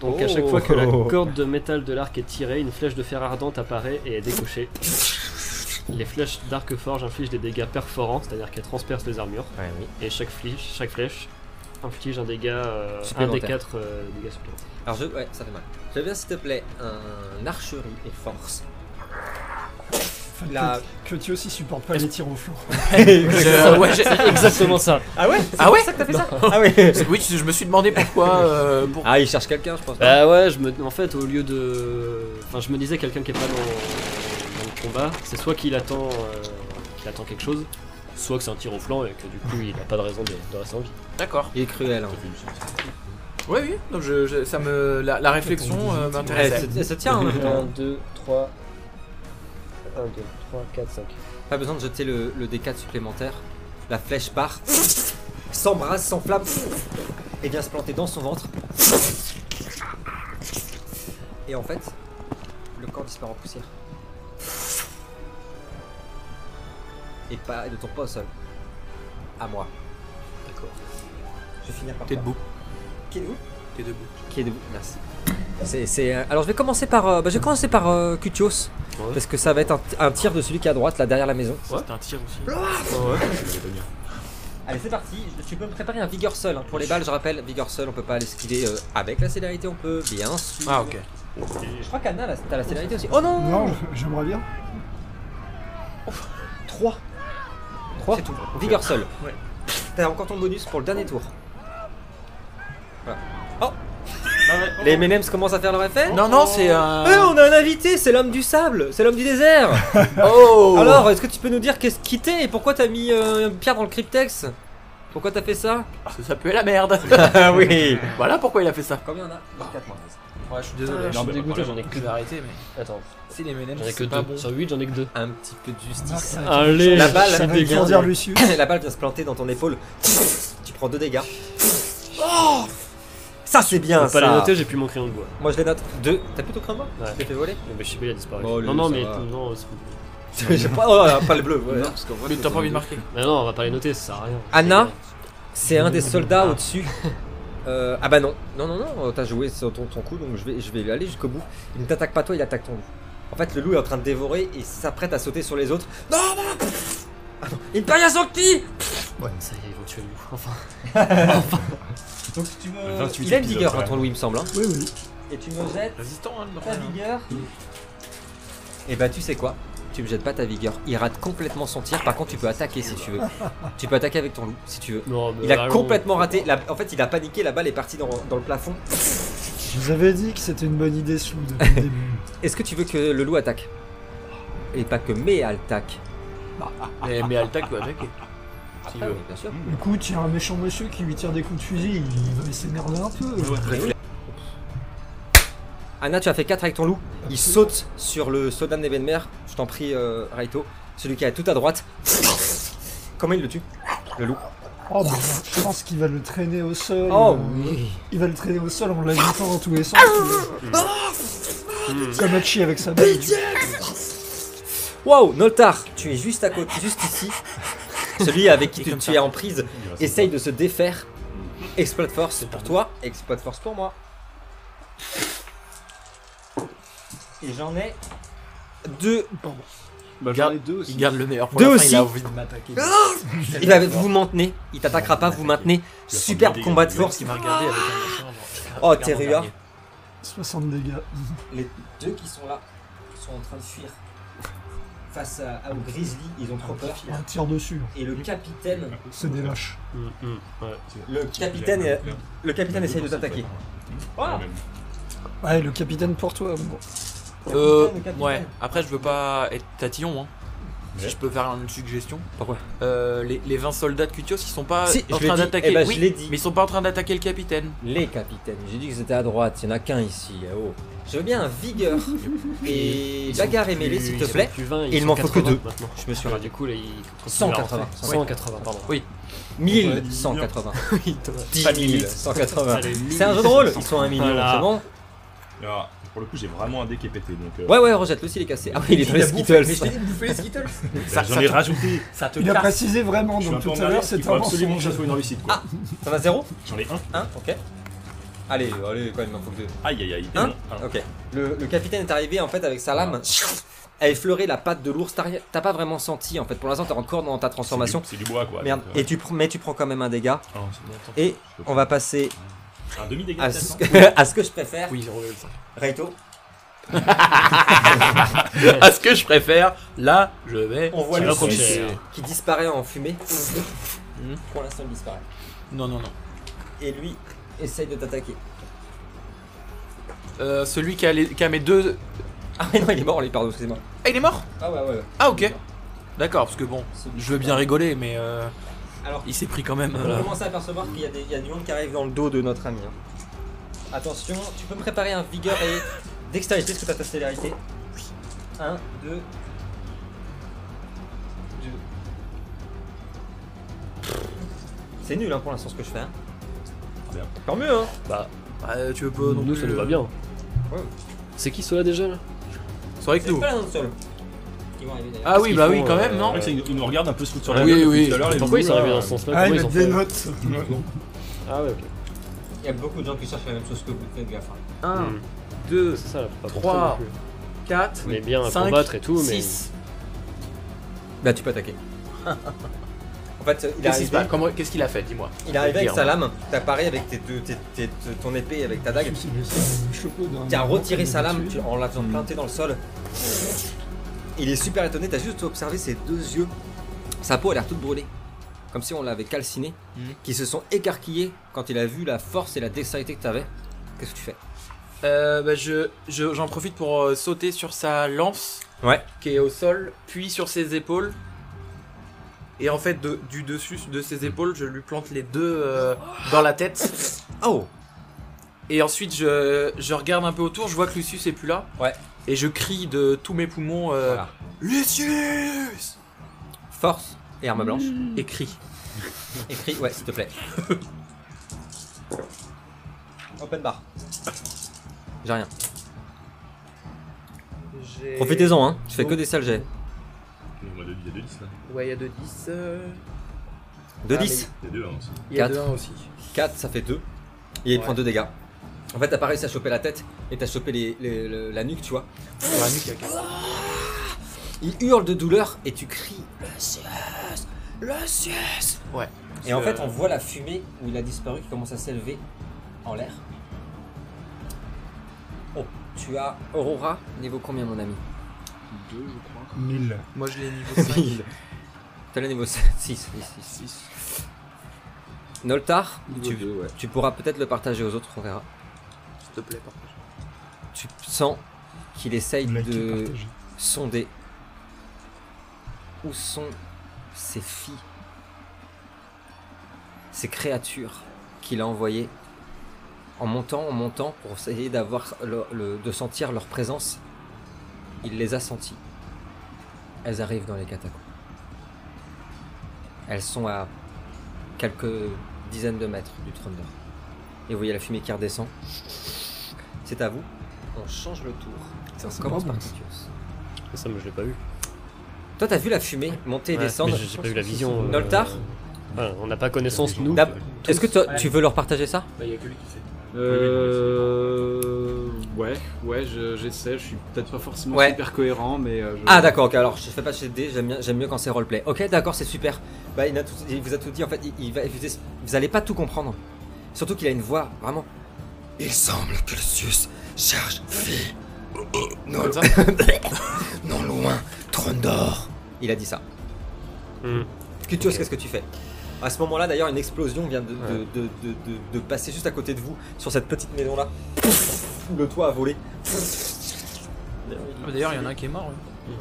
Speaker 3: Donc, à chaque fois que la
Speaker 1: Oh.
Speaker 3: corde de métal de l'arc est tirée, une flèche de fer ardente apparaît et est décochée. Les flèches d'arc forge infligent des dégâts perforants, c'est-à-dire qu'elles transpercent les armures.
Speaker 1: Ouais, oui.
Speaker 3: Et chaque flèche, chaque flèche inflige un dégât, euh, un des
Speaker 1: Supplémentaire.
Speaker 3: quatre euh, dégâts supplémentaires.
Speaker 1: Alors je. Ouais, ça fait mal. Je veux bien, s'il te plaît, un archerie et force.
Speaker 6: Enfin,
Speaker 1: La-
Speaker 6: Que, que tu aussi supportes pas les tirs au flanc.
Speaker 2: Je- ouais, j'ai-
Speaker 3: Exactement ça.
Speaker 1: Ah ouais
Speaker 2: Ah ouais
Speaker 1: C'est pour ça que t'as fait ça Ah ouais
Speaker 2: Oui, je me suis
Speaker 1: [LAUGHS]
Speaker 2: demandé pourquoi. euh, pour-
Speaker 1: Ah, il cherche quelqu'un, je pense.
Speaker 3: Bah ouais, je me, en fait, au lieu de, enfin, je me disais quelqu'un qui est pas dans, dans le combat, c'est soit qu'il attend, euh, qu'il attend quelque chose, soit que c'est un tir au flanc et que du coup il a pas de raison de, de rester en vie.
Speaker 2: D'accord.
Speaker 1: Il est cruel. Hein.
Speaker 2: Oui, oui. Non, je, je- ça me, la, la réflexion euh,
Speaker 1: Elle,
Speaker 2: m'intéressait.
Speaker 1: se, elle se tient hein, en même temps.
Speaker 3: 2, 3, 1, 2, 3, 4, 5.
Speaker 1: Pas besoin de jeter le, le D4 supplémentaire. La flèche part, s'embrasse, s'enflamme, et vient se planter dans son ventre. Et en fait, le corps disparaît en poussière. Et, pas, et ne tombe pas au sol. À moi. D'accord. Je vais finir par
Speaker 2: T'es
Speaker 1: toi.
Speaker 2: debout.
Speaker 1: Qui est debout
Speaker 2: T'es debout.
Speaker 1: Qui est debout, merci. C'est, c'est, euh, Alors je vais commencer par, euh, bah, je vais commencer par euh, Kutios,
Speaker 3: Ouais.
Speaker 1: parce que ça va être un, un tir de celui qui est à droite, là derrière la maison.
Speaker 3: Ouais.
Speaker 2: C'est un tir aussi.
Speaker 1: Allez, c'est parti. Je- Tu peux me préparer un vigueur seul. hein. Pour les balles, je rappelle, vigueur seul, on peut pas l'esquiver euh, avec la célérité, on peut, bien sûr.
Speaker 2: Ah, ok.
Speaker 1: Je crois qu'Anna, là, t'as la célérité aussi. Oh non
Speaker 6: Non, j'aimerais bien.
Speaker 1: 3. 3 C'est tout. Vigueur seul.
Speaker 2: Ouais.
Speaker 1: T'as encore ton bonus pour le dernier tour. Voilà. Oh
Speaker 3: Ah
Speaker 1: Les MMs commencent à faire leur effet
Speaker 2: Non, non, c'est un.
Speaker 1: Eh, on a un invité, c'est l'homme du sable, c'est l'homme du désert.
Speaker 2: Oh
Speaker 1: Alors, est-ce que tu peux nous dire qu'est-ce qui t'es et pourquoi t'as mis euh, une pierre dans le cryptex Pourquoi t'as fait ça
Speaker 2: Ça, ça pue
Speaker 1: [LAUGHS]
Speaker 2: la merde
Speaker 1: Ah oui.
Speaker 2: Voilà pourquoi il a fait ça.
Speaker 1: Combien on a 4 moins.
Speaker 2: Ouais, je suis
Speaker 3: Désolé, je
Speaker 5: Non,
Speaker 3: suis
Speaker 5: mais pas de
Speaker 3: dégoûté,
Speaker 5: problème.
Speaker 3: j'en ai
Speaker 2: Je
Speaker 3: que.
Speaker 2: vais arrêter, mais.
Speaker 3: Attends,
Speaker 2: Si les MNM,
Speaker 3: j'en ai que
Speaker 2: c'est pas
Speaker 3: 2.
Speaker 2: bon.
Speaker 3: Sur 8, j'en ai que 2.
Speaker 1: M&M, Un petit peu de justice.
Speaker 3: Allez,
Speaker 1: La balle,
Speaker 6: ça
Speaker 1: elle
Speaker 6: va
Speaker 1: fait
Speaker 6: grandir Lucius.
Speaker 1: [COUGHS] La balle vient se planter dans ton épaule. [COUGHS] tu prends deux dégâts. Oh ça c'est bien
Speaker 3: Faut
Speaker 1: ça.
Speaker 3: pas la noter, j'ai plus mon crayon de bois.
Speaker 1: Moi je les note deux. T'as plutôt craint moi
Speaker 3: Ouais.
Speaker 1: Je l'ai fait
Speaker 3: [LAUGHS]
Speaker 1: voler.
Speaker 3: Mais je sais pas, il a disparu.
Speaker 4: Bon, allez,
Speaker 3: non, non,
Speaker 4: ça
Speaker 3: mais
Speaker 4: va.
Speaker 3: non, c'est bon.
Speaker 1: J'ai pas, oh, pas le bleu. ouais.
Speaker 4: Non, parce qu'en vrai,
Speaker 2: Mais
Speaker 4: ça
Speaker 2: t'as pas envie de
Speaker 4: donne-
Speaker 2: marquer.
Speaker 3: Mais non, on va pas les noter, ça sert à rien.
Speaker 1: Anna C'est un des soldats au-dessus. Euh, ah bah non, non, non, non, euh, t'as joué sur ton, ton coup, donc je vais, je vais aller jusqu'au bout. Il ne t'attaque pas toi, il attaque ton loup. En fait, le loup est en train de dévorer et s'apprête à sauter sur les autres. Non, non, pff ah non, il ne peut rien sortir
Speaker 3: Ouais, ça y est, ils vont tuer le loup.
Speaker 1: [LAUGHS]
Speaker 3: Enfin,
Speaker 1: Donc tu me...
Speaker 5: 28
Speaker 1: Il a une
Speaker 5: épisodes,
Speaker 1: vigueur,
Speaker 5: quand
Speaker 1: hein,
Speaker 5: même.
Speaker 1: ton loup, il me semble. hein.
Speaker 6: Oui, oui.
Speaker 1: Et tu me jettes
Speaker 2: Résistant, hein, le
Speaker 1: ta
Speaker 2: normal, hein.
Speaker 1: vigueur. Et bah tu sais quoi Tu me jettes pas ta vigueur. Il rate complètement son tir, par contre tu peux attaquer si tu veux. tu peux attaquer avec ton loup si tu veux.
Speaker 3: non, mais
Speaker 1: Il a
Speaker 3: allons.
Speaker 1: complètement raté. La- En fait, il a paniqué. La balle est partie dans, dans le plafond.
Speaker 6: Je vous avais dit que c'était une bonne idée, Slou, depuis
Speaker 1: [LAUGHS]
Speaker 6: le début.
Speaker 1: Est-ce que tu veux que le loup attaque Et pas que mais attaque.
Speaker 2: Mais, mais Altac peut attaquer. S'il
Speaker 1: Ah
Speaker 2: veut.
Speaker 1: oui, bien sûr.
Speaker 6: Du coup, tiens, un méchant monsieur qui lui tire des coups de fusil, il va s'énerver un peu.
Speaker 1: Anna, tu as fait 4 avec ton loup. Il saute sur le Sodan Nebenmer. Je t'en prie, euh, Raito. Celui qui est tout à [LAUGHS] droite. Comment il le tue Le loup.
Speaker 6: Oh, bah, je pense qu'il va le traîner au sol.
Speaker 1: Oh
Speaker 6: euh,
Speaker 1: oui.
Speaker 6: Il va le traîner au sol en l'agitant dans tous les sens.
Speaker 1: Ah.
Speaker 6: Samachi avec sa balle.
Speaker 1: Wow, Noltar, tu es juste à côté, juste ici. Celui avec qui tu, tu es en prise essaye de se défaire. Exploit Force pour toi, Exploit Force pour moi. Et j'en ai deux.
Speaker 4: Bah, j'en ai deux aussi.
Speaker 2: Il garde le meilleur pour
Speaker 1: Deux
Speaker 2: la fin,
Speaker 1: aussi.
Speaker 2: il a envie de m'attaquer.
Speaker 1: Il va, vous maintenez, il t'attaquera pas, vous maintenez.
Speaker 5: Il a
Speaker 1: Superbe
Speaker 5: pas de
Speaker 1: combat de
Speaker 5: dégâts,
Speaker 1: force.
Speaker 2: Il m'a regardé avec un machin.
Speaker 1: Oh, Terua.
Speaker 6: 60 dégâts.
Speaker 1: Les deux qui sont là sont en train de fuir face à, au Grizzly, ils ont trop peur.
Speaker 6: Un tir dessus.
Speaker 1: Et le capitaine,
Speaker 6: C'est des lâches.
Speaker 3: Hum, hum, ouais.
Speaker 1: le capitaine, est- le capitaine essaye de t'attaquer.
Speaker 5: Ah.
Speaker 1: Oh
Speaker 6: Ouais, le capitaine pour toi. Bon.
Speaker 2: Euh,
Speaker 1: Capitaine, capitaine.
Speaker 2: ouais. Après, je veux pas être tatillon, hein. Si
Speaker 5: Ouais.
Speaker 2: je peux faire une suggestion.
Speaker 1: Pourquoi
Speaker 2: Euh, les, les 20 soldats de Kutios, ils sont pas
Speaker 1: Si,
Speaker 2: en
Speaker 1: je l'ai
Speaker 2: train
Speaker 1: dit.
Speaker 2: d'attaquer.
Speaker 1: Eh ben, je
Speaker 2: oui,
Speaker 1: l'ai dit.
Speaker 2: mais ils sont pas en train d'attaquer
Speaker 1: [LAUGHS]
Speaker 2: le capitaine.
Speaker 1: Les capitaines, j'ai dit que c'était à droite, il n'y en a qu'un ici. eh Oh. Je veux bien un vigueur et
Speaker 3: Ils sont
Speaker 1: bagarre et
Speaker 3: plus-
Speaker 1: mêlée, s'il te
Speaker 3: ils sont
Speaker 1: plaît.
Speaker 3: plus 20,
Speaker 1: Il
Speaker 3: sont
Speaker 1: m'en faut que
Speaker 3: 80
Speaker 1: deux.
Speaker 3: maintenant.
Speaker 1: Je me suis
Speaker 3: Ouais,
Speaker 1: rendu.
Speaker 3: du coup, là, il continue
Speaker 1: 180,
Speaker 3: à rentrer. 180, pardon.
Speaker 2: Oui.
Speaker 1: 1180.
Speaker 3: Oui, toi.
Speaker 1: 10 180.
Speaker 3: Allez,
Speaker 1: C'est un jeu de rôle, ils sont un million,
Speaker 3: Voilà.
Speaker 1: c'est bon
Speaker 5: Alors, Ah, pour le coup, j'ai vraiment un dé qui est pété. Donc, euh,
Speaker 1: Ouais, ouais, rejette-le s'il est cassé. Ah oui, il est dans les Skittles.
Speaker 2: dit de bouffer les Skittles.
Speaker 5: bah, j'en ai rajouté.
Speaker 2: Ça te
Speaker 6: Il a
Speaker 2: casse.
Speaker 6: précisé vraiment,
Speaker 5: Je suis un
Speaker 6: donc
Speaker 5: peu
Speaker 6: tout
Speaker 5: en
Speaker 6: à
Speaker 5: arrière,
Speaker 6: l'heure
Speaker 5: il
Speaker 6: c'était
Speaker 5: faut
Speaker 6: un
Speaker 5: absolument que
Speaker 6: mensonge.
Speaker 5: ça soit une réussite.
Speaker 1: Ah.
Speaker 5: Quoi.
Speaker 1: T'en as zéro
Speaker 5: J'en ai un.
Speaker 1: 1 Ok. Allez, allez, quand même, il en faut que deux.
Speaker 5: Aïe aïe aïe.
Speaker 1: Un
Speaker 5: Un.
Speaker 1: Ok. Le, le capitaine est arrivé en fait avec sa lame à effleurer la patte de l'ours. T'as rien- T'as pas vraiment senti en fait. Pour l'instant, t'es encore dans ta transformation.
Speaker 5: C'est du, c'est du bois quoi.
Speaker 1: Merde.
Speaker 5: donc, euh,
Speaker 1: Et tu, pr- mais tu prends quand même un dégât.
Speaker 5: un, c'est bon, attends.
Speaker 1: Et on va passer
Speaker 5: Un demi dégât.
Speaker 1: à
Speaker 5: peut-être,
Speaker 1: Ah,
Speaker 5: hein.
Speaker 1: ce,
Speaker 5: non
Speaker 1: à ce que je préfère.
Speaker 2: Oui, j'ai relevé le cinq.
Speaker 1: Raito,
Speaker 2: À ce que je préfère, là, je vais.
Speaker 1: on voit
Speaker 3: C'est
Speaker 1: le
Speaker 3: la
Speaker 1: Suisse
Speaker 3: prochaine.
Speaker 1: qui disparaît en fumée. Pour l'instant, il disparaît.
Speaker 2: Non, non, non.
Speaker 1: Et lui essaye de t'attaquer.
Speaker 2: Euh, celui qui a, les- qui a mes deux.
Speaker 1: Ah mais non, il est mort lui, pardon, excusez-moi.
Speaker 2: Ah, il est mort
Speaker 1: Ah ouais, ouais. ouais.
Speaker 2: Ah, ok. D'accord, parce que bon,
Speaker 1: Celui-
Speaker 2: je veux bien rigoler, mais euh,
Speaker 1: Alors,
Speaker 2: il s'est pris quand même.
Speaker 1: On
Speaker 2: euh,
Speaker 1: commence à apercevoir qu'il y, a des- il y a du monde qui arrive dans le dos de notre ami. hein. Attention, tu peux me préparer un vigueur et dextérité, parce que t'as ta célérité. 1, 2, 2. C'est nul hein, pour l'instant ce que je fais. hein.
Speaker 5: Bien.
Speaker 1: Tant mieux, hein
Speaker 3: Bah,
Speaker 2: bah, tu veux pas non
Speaker 3: nous,
Speaker 2: plus.
Speaker 3: ça
Speaker 1: euh,
Speaker 3: nous va bien.
Speaker 1: Ouais.
Speaker 3: C'est qui ceux-là déjà là
Speaker 2: C'est vrai que
Speaker 1: C'est
Speaker 2: nous.
Speaker 1: pas la zone seule. Ils vont arriver d'ailleurs.
Speaker 2: Ah oui,
Speaker 3: qu'ils
Speaker 2: bah oui,
Speaker 3: font,
Speaker 2: quand
Speaker 3: euh,
Speaker 2: même,
Speaker 5: C'est
Speaker 2: non
Speaker 5: vrai que c'est- Ils nous regardent un peu se foutre sur la
Speaker 2: Oui,
Speaker 5: gueule depuis
Speaker 2: oui.
Speaker 5: tout à l'heure, les
Speaker 3: Pourquoi ils
Speaker 5: loups,
Speaker 3: sont arrivés
Speaker 5: là,
Speaker 3: dans ce sens-là
Speaker 6: Ah,
Speaker 3: Comment
Speaker 6: il
Speaker 3: ils
Speaker 6: met
Speaker 3: ont
Speaker 6: des
Speaker 3: fait
Speaker 6: notes.
Speaker 5: euh,
Speaker 3: Ah ouais, ok.
Speaker 1: Ah. Il y a beaucoup de gens qui cherchent la même chose que vous, faites gaffe. hein.
Speaker 2: 1,
Speaker 3: Hmm.
Speaker 2: 2,
Speaker 3: C'est ça, là, pas pour
Speaker 2: Trois.
Speaker 3: ça non plus.
Speaker 2: 4,
Speaker 3: euh, On est bien à
Speaker 2: 5,
Speaker 3: combattre et tout, mais.
Speaker 2: 6.
Speaker 1: Bah, tu peux attaquer. [LAUGHS] en fait, il est
Speaker 2: Qu'est-ce qui se
Speaker 1: arrivé,
Speaker 2: passe Comment- qu'est-ce qu'il a fait Dis-moi.
Speaker 1: il est arrivé avec
Speaker 2: Dire, hein.
Speaker 1: sa lame, t'as paré avec tes deux, tes- tes- tes- ton épée et avec ta dague.
Speaker 6: Si, mais c'est le chapeau d'un-
Speaker 1: T'as retiré sa lame
Speaker 6: dessus.
Speaker 1: tu- en la
Speaker 2: Hmm.
Speaker 1: faisant planter dans le sol. Il est super étonné, t'as juste observé ses deux yeux. Sa peau a l'air toute brûlée, comme si on l'avait calcinée,
Speaker 2: Mhm.
Speaker 1: qui se sont écarquillés quand il a vu la force et la dextérité que t'avais. Qu'est-ce que tu fais
Speaker 2: Euh, bah, je, je- j'en profite pour euh, sauter sur sa lance,
Speaker 1: Ouais.
Speaker 2: qui est au sol, puis sur ses épaules. Et en fait, de- du dessus de ses épaules, je lui plante les deux euh, dans la tête.
Speaker 1: Oh
Speaker 2: Et ensuite, je, je regarde un peu autour, je vois que Lucius est plus là.
Speaker 1: Ouais.
Speaker 2: Et je crie de tous mes poumons euh,
Speaker 1: Voilà.
Speaker 2: Lucius
Speaker 1: Force et arme blanche.
Speaker 2: Et [LAUGHS] crie.
Speaker 1: Écris, ouais, s'il te plaît. Open bar. J'ai rien.
Speaker 2: J'ai-
Speaker 1: Profitez-en, hein. Je fais que des sales jets.
Speaker 5: On a deux, il y a deux 10 là.
Speaker 2: Ouais, il y a 2 10. euh,
Speaker 1: De
Speaker 2: Ah,
Speaker 1: 10.
Speaker 5: Il y a deux hein, aussi.
Speaker 2: Il y a
Speaker 1: Quatre.
Speaker 2: 2 1 aussi.
Speaker 1: 4, ça fait 2. Et il
Speaker 2: Ouais.
Speaker 1: prend 2 dégâts. En fait, t'as pas réussi à choper la tête et t'as chopé les- les- le- la nuque, tu vois.
Speaker 2: Sur la nuque, il y a quatre.
Speaker 1: Il hurle de douleur et tu cries Lucius Lucius
Speaker 2: Ouais.
Speaker 1: Et en
Speaker 5: Parce
Speaker 1: fait,
Speaker 5: que-
Speaker 1: on voit la fumée où il a disparu qui commence à s'élever en l'air. Oh, tu as Aurora, niveau combien, mon ami
Speaker 4: Deux, je crois.
Speaker 6: 1000.
Speaker 2: Moi, je l'ai niveau
Speaker 1: [LAUGHS]
Speaker 2: 5.
Speaker 1: T'as le niveau 6. 6, 6. Noltar,
Speaker 4: Niveau
Speaker 1: tu,
Speaker 4: deux, ouais.
Speaker 1: tu pourras peut-être le partager aux autres, on verra.
Speaker 2: S'il te plaît, partage.
Speaker 1: Tu sens qu'il essaye
Speaker 6: Like et
Speaker 1: de
Speaker 6: partagez.
Speaker 1: sonder où sont ces filles, ces créatures qu'il a envoyées en montant, en montant pour essayer d'avoir le- le- de sentir leur présence. Il les a senties. Elles arrivent dans les catacombes. Elles sont à quelques dizaines de mètres du trône d'or. Et vous voyez la fumée qui redescend. C'est à vous. On change le tour.
Speaker 6: Ça, c'est
Speaker 1: On commence
Speaker 6: pas
Speaker 1: par
Speaker 6: bon, ça.
Speaker 1: Titios.
Speaker 3: Mais Ça, moi, je l'ai pas vu.
Speaker 1: Toi, t'as vu la fumée monter et
Speaker 3: Ouais,
Speaker 1: descendre
Speaker 3: mais J'ai j'ai pas eu la vision. euh,
Speaker 1: Noltar
Speaker 3: voilà, on n'a pas connaissance, nous.
Speaker 1: D'ab- Est-ce que toi- tu veux leur partager ça
Speaker 2: Bah, il y a que lui qui sait.
Speaker 4: Euh. Ouais, ouais, je- j'essaie. Je suis peut-être pas forcément
Speaker 1: Ouais.
Speaker 4: hyper cohérent, mais. euh, je-
Speaker 1: Ah d'accord, ok, alors je fais pas chez D, j'aime bien- j'aime mieux quand c'est roleplay. Ok, d'accord, c'est super. Bah, il, a tout- il vous a tout dit, en fait, il, il va, vous, es- vous allez pas tout comprendre. Surtout qu'il a une voix, vraiment... Il semble que Lucius cherche fille
Speaker 2: Comme ça
Speaker 1: [LAUGHS] non loin, trône d'or. Il a dit ça.
Speaker 3: Hmm.
Speaker 1: Kutios,
Speaker 3: Ok.
Speaker 1: qu'est-ce que tu fais À ce moment-là, d'ailleurs, une explosion vient de, de-
Speaker 3: Ouais.
Speaker 1: de- de- de- de passer juste à côté de vous, sur cette petite maison-là. Pouf Le toit a volé.
Speaker 2: Ah, D'ailleurs, il y en a un qui est mort. oui.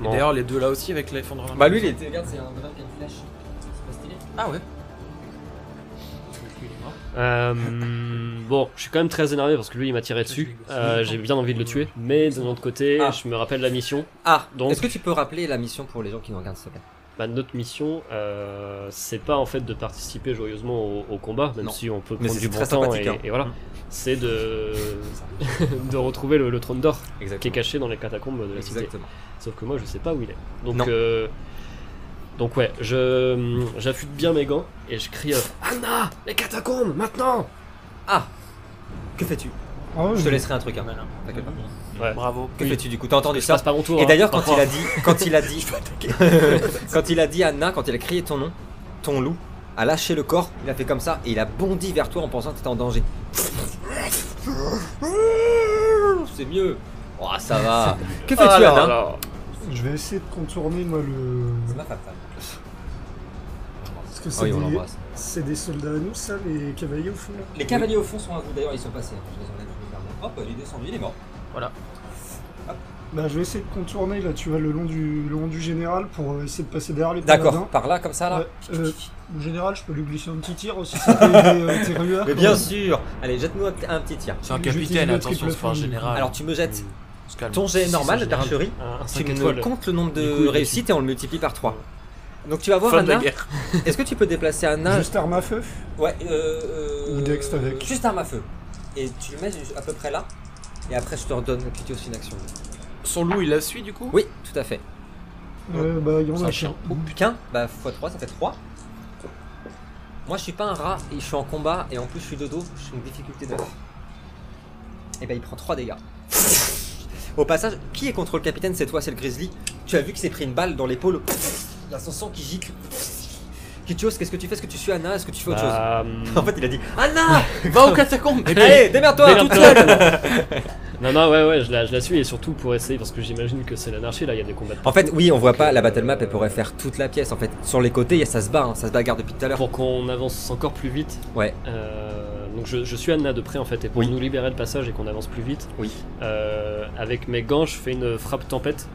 Speaker 2: Et
Speaker 3: Bon.
Speaker 2: D'ailleurs, les deux là aussi avec l'effondrement.
Speaker 1: Bah lui, il était... Regarde, c'est un bonhomme qui a une flèche. C'est pas stylé.
Speaker 2: Ah ouais.
Speaker 3: Euh, bon, je suis quand même très énervé parce que lui il m'a tiré dessus. Euh, j'ai bien envie de le tuer, mais d'un autre côté,
Speaker 1: Ah.
Speaker 3: je me rappelle la mission.
Speaker 1: Ah,
Speaker 3: Donc-
Speaker 1: est-ce que tu peux rappeler la mission pour les gens qui nous regardent, s'il te plaît
Speaker 3: Bah, notre mission, euh, c'est pas en fait de participer joyeusement au, au combat, même
Speaker 1: Non.
Speaker 3: si on peut
Speaker 1: Mais
Speaker 3: prendre
Speaker 1: c'est
Speaker 3: du bon
Speaker 1: très
Speaker 3: temps
Speaker 1: sympathique,
Speaker 3: et,
Speaker 1: hein.
Speaker 3: et voilà.
Speaker 1: Mm. [LAUGHS]
Speaker 3: C'est de de retrouver le, le trône d'or qui est
Speaker 1: Exactement.
Speaker 3: caché dans les catacombes de la cité.
Speaker 1: Exactement.
Speaker 3: Sauf que moi je sais pas où il est. Donc
Speaker 1: Non.
Speaker 3: euh, donc ouais, je j'affûte bien mes gants et je crie euh, Anna, les catacombes maintenant.
Speaker 1: Ah Que fais-tu
Speaker 6: Ah ouais,
Speaker 1: Je te
Speaker 6: mais-
Speaker 1: laisserai un truc, hein. T'inquiète pas.
Speaker 3: Ouais.
Speaker 2: Bravo.
Speaker 1: Que
Speaker 3: Oui.
Speaker 1: fais-tu du coup T'as entendu
Speaker 3: Je
Speaker 1: ça
Speaker 3: passe par mon tour.
Speaker 1: Et
Speaker 3: hein.
Speaker 1: d'ailleurs, quand
Speaker 3: Enfin,
Speaker 1: il a [LAUGHS] dit, quand il a dit, [LAUGHS] quand il a dit Anna, quand il a crié ton nom, ton loup a lâché le corps. Il a fait comme ça et il a bondi vers toi en pensant que t'étais en danger. C'est mieux. Oh, ça va. que fais-tu,
Speaker 3: ah là
Speaker 1: Anna
Speaker 3: là.
Speaker 6: Je vais essayer de contourner moi le. Parce que c'est
Speaker 1: Oui, on
Speaker 6: des...
Speaker 1: l'embrasse.
Speaker 6: c'est des soldats à nous, ça, les cavaliers au fond là
Speaker 1: Les cavaliers au fond sont à vous. D'ailleurs, ils sont passés. hein. Je les enlève, je les garde. Hop, il est descendu, il est mort.
Speaker 6: Bah, je vais essayer de contourner là, tu vois, le long du, le long du général pour euh, essayer de passer derrière les
Speaker 1: D'accord.
Speaker 6: paladins.
Speaker 1: Par là, comme ça, là.
Speaker 6: Ouais, euh, le général, je peux lui glisser un petit tir
Speaker 1: [LAUGHS]
Speaker 6: aussi, ça peut aider euh, tes rueurs.
Speaker 1: Mais bien sûr. Allez, jette-nous un, un petit tir.
Speaker 2: C'est un
Speaker 6: J'utilise
Speaker 2: capitaine,
Speaker 6: le
Speaker 2: attention,
Speaker 6: triple
Speaker 2: c'est pas un
Speaker 6: fouille.
Speaker 2: général.
Speaker 1: Alors, tu me jettes
Speaker 2: On se calme.
Speaker 1: ton jet
Speaker 3: Ah. Si,
Speaker 1: normal
Speaker 3: c'est
Speaker 1: de d'archerie.
Speaker 3: Un, un
Speaker 1: Tu
Speaker 3: cinq
Speaker 1: me
Speaker 3: étoiles.
Speaker 1: comptes le nombre
Speaker 3: Du coup, il
Speaker 1: de
Speaker 3: est
Speaker 1: réussites et on le multiplie par 3. Donc tu vas voir
Speaker 2: Fin de la
Speaker 1: Anna,
Speaker 2: guerre.
Speaker 1: [LAUGHS] est-ce que tu peux déplacer Anna
Speaker 6: Juste arme à feu
Speaker 1: Ouais, euh, euh,
Speaker 6: Ou Dext avec.
Speaker 1: Juste arme à feu. Et tu le mets ju- à peu près là. Et après, je te redonne plutôt aussi une action.
Speaker 2: Son loup, il la suit du coup
Speaker 1: Oui, tout à fait.
Speaker 6: euh, Bah, il y en
Speaker 3: C'est
Speaker 6: a
Speaker 3: un
Speaker 6: un.
Speaker 3: chien.
Speaker 1: Oh putain, bah x3, ça fait 3. Moi, je suis pas un rat et je suis en combat et en plus, je suis de dos. Je suis une difficulté 9. Et ben il prend 3 dégâts. Au passage, qui est contre le capitaine C'est toi, c'est le grizzly. Tu as vu qu'il s'est pris une balle dans l'épaule. Il a son sang qui gicle. Kichos, qu'est-ce que tu fais Est-ce que tu suis Anna Est-ce que tu fais autre chose
Speaker 3: Bah,
Speaker 1: En fait, il a dit
Speaker 3: [LAUGHS]
Speaker 1: Anna
Speaker 2: Va [LAUGHS] au catacombe
Speaker 1: Allez, démerde-toi
Speaker 3: Démerde-toi.
Speaker 1: toute seule [LAUGHS]
Speaker 3: non, non, ouais, ouais, je la, je la suis et surtout pour essayer, parce que j'imagine que c'est l'anarchie là, il y a des combats. de
Speaker 1: En fait,
Speaker 3: partout.
Speaker 1: oui, on voit pas
Speaker 3: Donc,
Speaker 1: la
Speaker 3: euh,
Speaker 1: battle map, elle pourrait faire toute la pièce. En fait, sur les côtés, il y a- ça se bat, hein, ça se bagarre depuis tout à l'heure.
Speaker 3: Pour qu'on avance encore plus vite.
Speaker 1: Ouais.
Speaker 3: euh, donc je, je suis Anna de près en fait, et pour
Speaker 1: Oui.
Speaker 3: nous libérer le passage et qu'on avance plus vite,
Speaker 1: Oui.
Speaker 3: euh, avec mes gants, je fais une frappe tempête